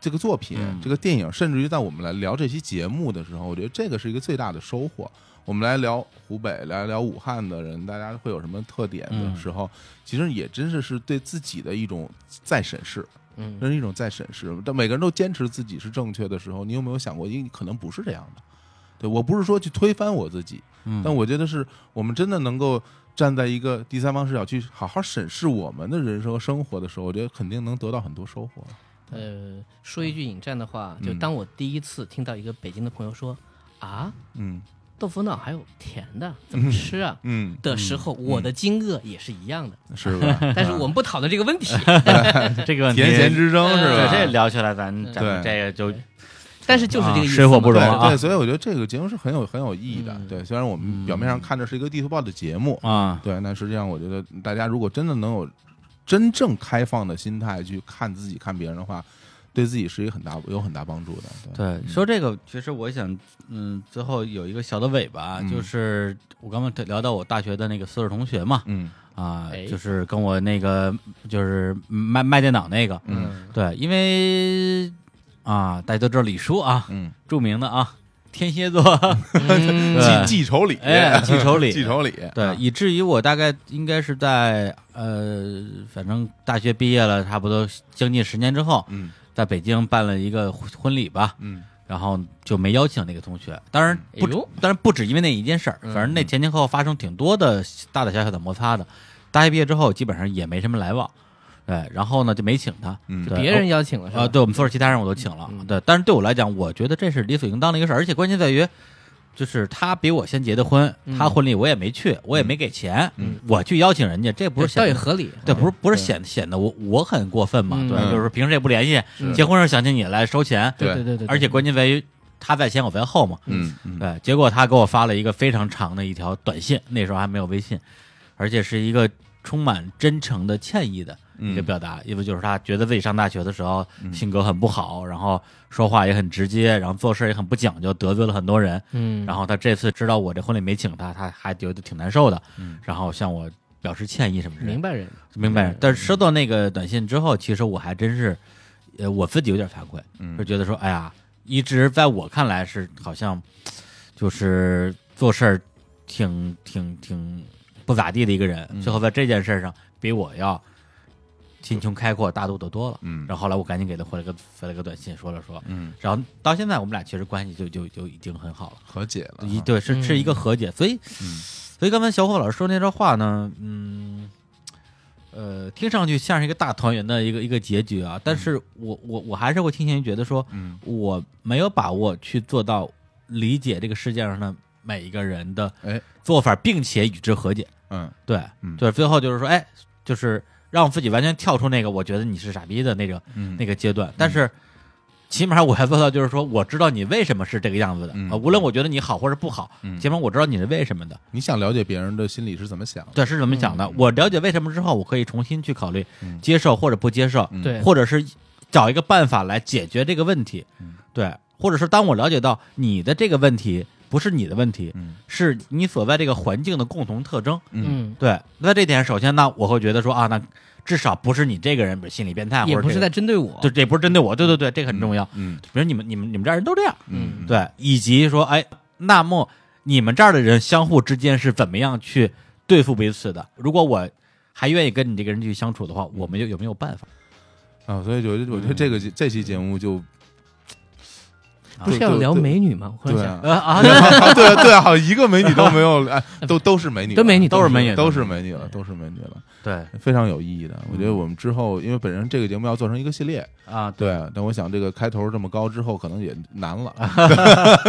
S3: 这个作品、
S2: 嗯
S3: 这个电影，甚至于在我们来聊这期节目的时候，我觉得这个是一个最大的收获。我们来聊湖北，来聊武汉的人，大家会有什么特点的
S2: 嗯
S3: 时候，其实也真是是对自己的一种再审视，
S1: 嗯，
S3: 这是一种再审视。但每个人都坚持自己是正确的时候，你有没有想过，因为可能不是这样的？对我不是说去推翻我自己，
S2: 嗯
S3: 但我觉得是我们真的能够站在一个第三方视角去好好审视我们的人生和生活的时候，我觉得肯定能得到很多收获。
S2: 嗯
S1: 呃，说一句引战的话，就
S3: 嗯
S1: 当我第一次听到一个北京的朋友说啊，
S3: 嗯
S1: 豆腐脑还有甜的，怎么吃啊？
S3: 嗯，
S1: 的时候，我的惊愕也是一 样的。
S3: 是 吧？
S1: 但是我们不讨论这个问题，
S2: 这个问题
S3: 甜咸之争是
S2: 对
S3: 吧？
S2: 这聊起来咱咱们
S3: 对
S2: 这个就
S1: 但是就是这个
S2: 啊
S1: 意思嘛。
S2: 水火不容
S3: 对
S2: 啊
S3: 对，所以我觉得这个节目是很有很有意义的。
S1: 嗯
S3: 对，虽然我们表面上看着是一个地图报的节目，
S2: 啊
S3: 对，那实际上我觉得大家如果真的能有真正开放的心态去看自己、看别人的话，对自己是一个很大有很大帮助的。对，
S2: 对，说这个，其实我想，嗯，最后有一个小的尾巴，
S3: 嗯
S2: 就是我刚刚聊到我大学的那个宿舍同学嘛，
S3: 嗯
S2: 啊
S1: 哎，
S2: 就是跟我那个就是卖卖电脑那个，
S1: 嗯，
S2: 对，因为啊，大家都知道李叔啊，
S3: 嗯，
S2: 著名的啊，天蝎座，
S1: 嗯
S2: 对
S3: 记仇里，
S2: 哎记仇理
S3: 记仇里，
S2: 对，以至于我大概应该是在呃，反正大学毕业了，差不多将近十年之后，
S3: 嗯
S2: 在北京办了一个婚婚礼吧，
S3: 嗯
S2: 然后就没邀请那个同学。当然不
S1: 哎
S2: 止，
S1: 呦
S2: 当然不止因为那一件事
S3: 嗯
S2: 儿，反正那前前后后发生挺多的大大小小的摩擦的。大学毕业之后，基本上也没什么来往，对，然后呢就没请他，
S3: 嗯
S2: 对
S1: 别人邀请了是
S2: 啊，
S1: 吧？嗯
S2: 对我们宿舍其他人我都请了，对，但是对我来讲，我觉得这是理所应当的一个事儿，而且关键在于，就是他比我先结的婚，
S1: 嗯
S2: 他婚礼我也没去，我也没给钱，我去邀请人家，这不是
S1: 倒也
S2: 显得
S1: 合理。
S2: 对，不是不是显显得我我很过分嘛？
S1: 嗯
S2: 对，就是平时也不联系，结婚时候想起你来收钱，
S3: 对
S1: 对对对，
S2: 而且关键在于他在先我在后嘛，
S3: 嗯嗯
S2: 对，结果他给我发了一个非常长的一条短信，那时候还没有微信，而且是一个充满真诚的歉意的一
S3: 嗯
S2: 个表达，意思就是他觉得自己上大学的时候性格很不好，然后说话也很直接，然后做事也很不讲究，得罪了很多人。
S1: 嗯，
S2: 然后他这次知道我这婚礼没请他，他还觉得挺难受的，
S3: 嗯
S2: 然后向我表示歉意什么之类
S1: 明
S2: 的。
S1: 白人，
S2: 明白。但
S3: 嗯
S2: 是收到那个短信之后，其实我还真是，呃，我自己有点惭愧，
S3: 嗯
S2: 就觉得说，哎呀，一直在我看来是好像就是做事儿挺挺挺不咋地的一个人，
S3: 嗯
S2: 最后在这件事上比我要心胸开阔、大度得多了。
S3: 嗯
S2: 然后后来我赶紧给他回了个回了个短信，说了说，
S3: 嗯，
S2: 然后到现在我们俩其实关系就就就已经很好了。
S3: 和解了
S2: 一
S3: 啊，嗯
S2: 对是是一个和解，所以、所以刚才小伙老师说那段话呢，嗯，呃，听上去像是一个大团圆的一个一个结局啊，但是我我我还是会倾向于觉得说，
S3: 嗯
S2: 我没有把握去做到理解这个世界上的每一个人的
S3: 哎
S2: 做法，并且与之和解。
S3: 嗯
S2: 对，
S3: 嗯
S2: 对，最后就是说，哎，就是让自己完全跳出那个我觉得你是傻逼的那个、
S3: 嗯
S2: 那个阶段，但是。起码我还做到，就是说，我知道你为什么是这个样子的啊、
S3: 嗯
S2: 无论我觉得你好或者不好，
S3: 嗯
S2: 起码我知道你是为什么的，
S3: 你想了解别人的心理是怎么想的？
S2: 对，是怎么想的。我了解为什么之后，我可以重新去考虑
S3: 嗯
S2: 接受或者不接受，
S3: 嗯
S1: 对
S2: 或者是找一个办法来解决这个问题，对，或者是当我了解到你的这个问题不是你的问题，
S3: 嗯
S2: 是你所在这个环境的共同特征，
S1: 嗯，
S2: 对，那这点首先呢，我会觉得说啊，那至少不是你这个人比如心理变态，或者
S1: 也不是
S2: 这
S1: 在
S2: 个
S1: 针对我，
S2: 对，这也不是针对我，对对对，这个很重要。
S3: 嗯
S2: 比如你们你们你们这儿人都这样，
S1: 嗯，
S2: 对，以及说，哎，那么你们这儿的人相互之间是怎么样去对付彼此的？如果我还愿意跟你这个人继续相处的话，我们有有没有办法？
S3: 啊，所以我就我觉得这个这期节目就
S1: 啊不是要聊美女吗？我忽然
S3: 对
S1: 想，
S3: 啊，
S2: 呃啊，
S3: 对啊 对啊对啊，好一个美女都没有，哎，都都是美女了，
S1: 都美女
S2: 都是美女
S3: 都是美女了，都是美女了，
S2: 对
S3: 非常有意义的。我觉得我们之后，因为本身这个节目要做成一个系列，
S2: 啊，嗯对。
S3: 对，但我想这个开头这么高之后，可能也 难了，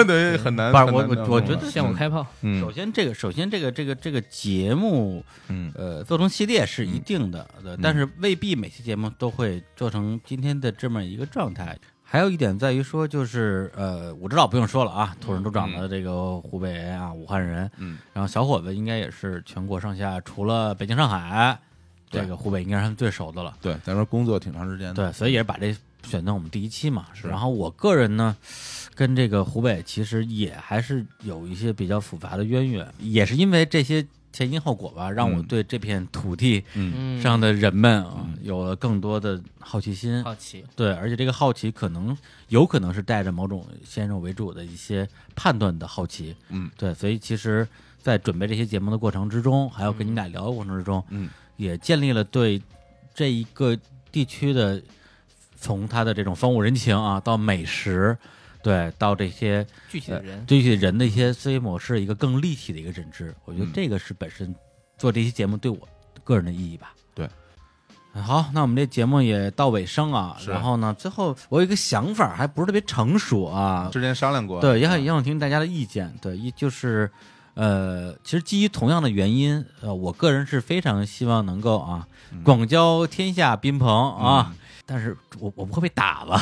S3: 对，很难。
S2: 不是
S3: 很
S2: 我
S3: 难
S2: 我
S3: 弄
S2: 我
S3: 了
S2: 觉得
S1: 向我，开炮，
S3: 嗯
S2: 首先，这个首先这个这个这个节目，
S3: 嗯
S2: 呃，做成系列是一定的，呃但是未必每期节目都会做成今天的这么一个状态。还有一点在于说，就是呃，我知道不用说了啊，土生土长的这个湖北人啊，武汉人，
S3: 嗯，
S2: 然后小伙子应该也是全国上下除了北京、上海，
S3: 对
S2: 这个湖北应该是他们最熟的了。
S3: 对，咱说工作挺长时间的，
S2: 对，所以也把这选到我们第一期嘛。
S3: 嗯是
S2: 然后我个人呢，跟这个湖北其实也还是有一些比较复杂的渊源，也是因为这些前因后果吧，让我
S3: 嗯
S2: 对这片土地
S3: 嗯
S1: 嗯，
S2: 上的人们啊、有了更多的好奇心。
S1: 好奇，
S2: 对，而且这个好奇可能有可能是带着某种先入为主的一些判断的好奇。
S3: 嗯，
S2: 对，所以其实，在准备这些节目的过程之中，还有跟你俩聊的过程之中，
S3: 嗯，
S2: 也建立了对这一个地区的，从它的这种风土人情啊，到美食，对，到这些
S1: 具体的人，
S2: 对于人的一些思维模式，一个更立体的一个认知。我觉得
S3: 嗯
S2: 这个是本身做这期节目对我个人的意义吧。
S3: 对
S2: 哎。好，那我们这节目也到尾声啊。
S3: 是
S2: 然后呢，最后我有一个想法，还不是特别成熟啊。
S3: 之前商量过，啊
S2: 对，也很也想听大家的意见。对，一就是，呃，其实基于同样的原因，呃，我个人是非常希望能够啊，
S3: 嗯
S2: 广交天下宾朋啊。但是我我不会被打 吧？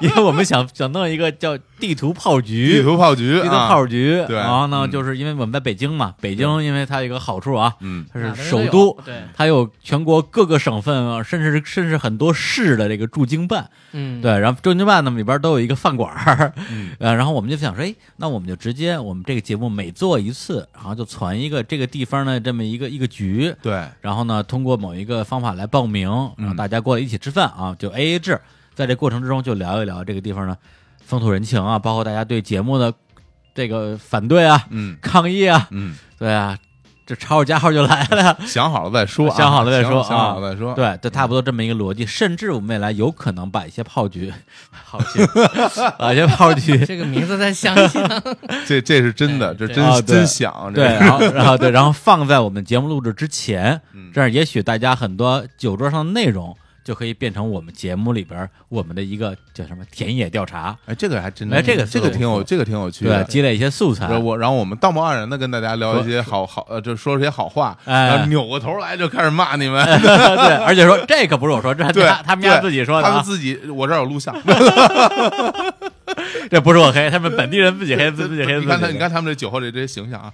S2: 因为我们想想弄一个叫地图炮局，
S3: 地图炮局，
S2: 地 图
S3: 啊
S2: 炮局。
S3: 对
S2: 然后呢，
S3: 嗯
S2: 就是因为我们在北京嘛，北京因为它有一个好处啊，
S3: 嗯
S2: 它
S1: 哪
S2: 是
S1: 儿的人都
S2: 首
S1: 有
S2: 都，
S1: 对，
S2: 它有全国各个省份啊，甚至甚至很多市的这个驻京办。
S1: 嗯，
S2: 对，然后驻京办呢里边都有一个饭馆儿，
S3: 嗯
S2: 呃，然后我们就想说，哎，那我们就直接我们这个节目每做一次，然后就传一个这个地方的这么一个一个局，
S3: 对，
S2: 然后呢，通过某一个方法来报名，
S3: 嗯
S2: 然后大家过来一起吃饭啊，就 A A 制，在这过程之中就聊一聊这个地方的风土人情啊，包括大家对节目的这个反对啊、
S3: 嗯
S2: 抗议啊，
S3: 嗯，
S2: 对啊，这抄着加号就来了，
S3: 想好了再说啊，
S2: 想好了再说啊
S3: 想想好了再说，嗯
S2: 对，就差不多这么一个逻辑。甚至我们未来有可能把一些炮 局，好些， 把一些炮局
S1: 这个名字再想一想，
S3: 这这是真的，
S1: 哎
S3: 这
S1: 对
S3: 真
S2: 啊对
S3: 真想，
S2: 对，
S3: 这是
S2: 然后然后对，然后放在我们节目录制之前
S3: 嗯，
S2: 这样也许大家很多酒桌上的内容就可以变成我们节目里边儿我们的一个叫什么田野调查，
S3: 哎，这个还真
S2: 哎这个
S3: 这个挺有
S2: 对
S3: 这个挺有趣
S2: 对，
S3: 的。
S2: 积累一些素材
S3: 然。后我，然后我们道貌岸然的跟大家聊一些好好，呃，就说一些好话，
S2: 哎
S3: 然后扭过头来就开始骂你们，
S2: 对，而且说这可不是我说，这是
S3: 对
S2: 他，他们家
S3: 对
S2: 自己说的
S3: 他们
S2: 啊，
S3: 自己，我这儿有录像，
S2: 这不是我黑，他们本地人自己黑 自己黑自己。
S3: 你看他，你，看他们这酒后这这些形象啊，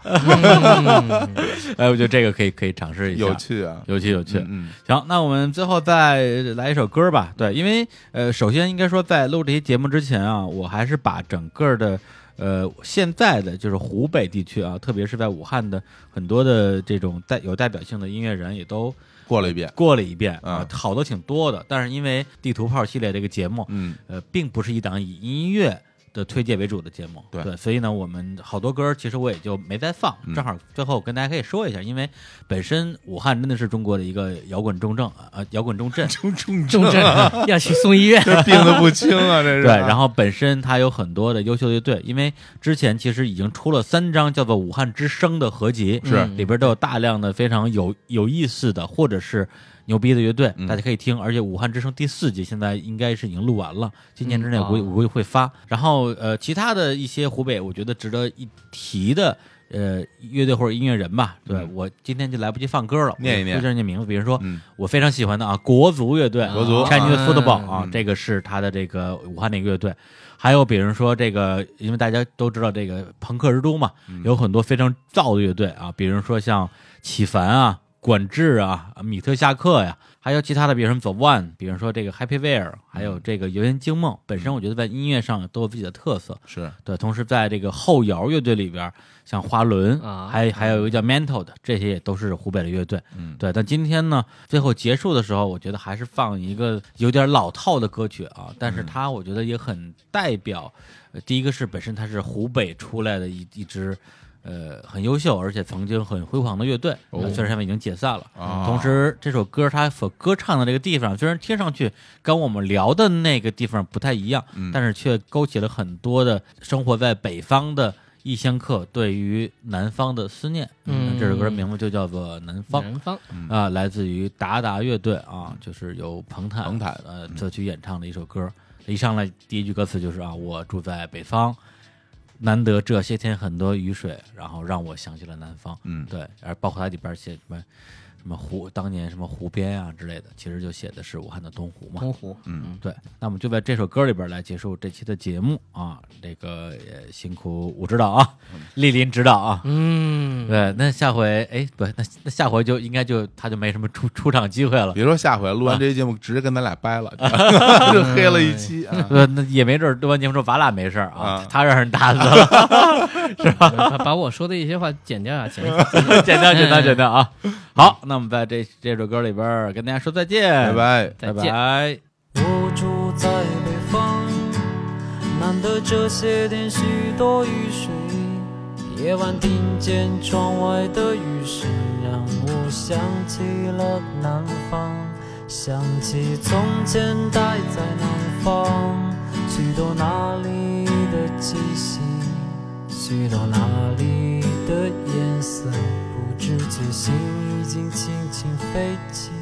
S2: 哎，我觉得这个可以可以尝试一下，
S3: 有趣啊，
S2: 有趣有趣。
S3: 嗯
S2: 行，那我们最后再来一首歌吧。对，因为呃，首先应该说，在录这期节目之前啊，我还是把整个的呃现在的就是湖北地区啊，特别是在武汉的很多的这种代有代表性的音乐人也都
S3: 嗯，过了一遍，
S2: 过了一遍
S3: 啊
S2: 好的挺多的。但是因为地图炮系列这个节目，
S3: 嗯
S2: 呃，并不是一档以音乐的推介为主的节目，
S3: 对
S2: 所以呢，我们好多歌儿其实我也就没再放，
S3: 嗯，
S2: 正好最后跟大家可以说一下，因为本身武汉真的是中国的一个摇滚重镇，呃，摇滚 重镇
S3: 重重
S1: 重症 要去送医院，
S3: 这病的不轻啊，这是
S2: 对，然后本身它有很多的优秀乐队，因为之前其实已经出了三张叫做《武汉之声》的合集，
S1: 是
S2: 嗯里边都有大量的非常有有意思的或者是牛逼的乐队，大家可以听。而且《武汉之声》第四季现在应该是已经录完了，今年之内
S1: 嗯
S2: 我估计
S1: 哦
S2: 我估计会发。然后呃，其他的一些湖北我觉得值得一提的。呃，乐队或者音乐人吧，对、
S3: 嗯
S2: 我今天就来不及放歌了，
S3: 念一念
S2: 我就叫人家名字，比如说、
S3: 嗯
S2: 我非常喜欢的啊，国足乐队，
S1: 国足
S2: Chinese
S1: 啊
S2: Football 啊，
S3: 嗯
S2: 这个是他的这个武汉的一个乐队。还有比如说这个，因为大家都知道这
S1: 嗯
S2: 个朋克之都嘛，有很多非常燥的乐队啊，比如说像启凡啊、管制啊、米特夏克呀，还有其他的，比如什么 The One，比如说这个 Happy Wheel，还
S1: 嗯
S2: 有这个游园惊梦，本身我觉得在音乐上都有自己的特色。
S3: 是
S2: 对，同时在这个后摇乐队里边，像花轮
S1: 啊
S2: 还还有一个叫 Mental 的，这些也都是湖北的乐队。嗯，对。但今天呢，最后结束的时候，我觉得还是放一个有点老套的歌曲啊，但是它我觉得也很代表。呃第一个是本身它是湖北出来的一一支。呃，很优秀，而且曾经很辉煌的乐队，
S3: 哦
S2: 呃虽然现在已经解散了。
S3: 啊
S2: 同时，这首歌它所歌唱的这个地方，虽然听上去跟我们聊的那个地方不太一样，
S3: 嗯
S2: 但是却勾起了很多的生活在北方的异乡客对于南方的思念。
S1: 嗯
S2: 这首歌名字就叫做《南方》
S1: 南方
S2: 啊、来自于达达乐队啊，就是由彭坦
S3: 彭坦嗯
S2: 呃作曲演唱的一首歌。一上来第一句歌词就是啊，我住在北方，难得这些天很多雨水，然后让我想起了南方。
S3: 嗯
S2: 对，而包括它里边写什么什么湖，当年什么湖边啊之类的，其实就写的是武汉的东湖嘛。
S1: 东湖，
S3: 嗯
S2: 对，那我们就在这首歌里边来结束这期的节目啊。这个也辛苦武指导啊，
S3: 嗯
S2: 莅临指导啊。
S1: 嗯，
S2: 对，那下回哎，不，那那下回就应该就他就没什么出出场机会了。
S3: 别说下回录
S2: 啊
S3: 完这期节目，直接跟咱俩 掰了，就黑了一期啊。
S2: 呃，那也没准儿录完节目之后咱俩没事儿啊
S3: 啊，
S2: 他让人打死 了，
S1: 把把我说的一些话剪掉啊，剪掉。
S2: 简单简
S3: 嗯
S2: 单简单啊。好，那我们在这这首歌里边儿跟大家说再见，
S3: 拜
S2: 拜
S3: 拜。
S1: 再见
S2: 拜。
S6: 我住在北方，难得这些天许多雨水。夜晚听见窗外的雨声，让我想起了南方，想起从前待在南方，许多那里的气息，许多那里的颜色，不知觉心已经轻轻飞起。啊啊 Oh,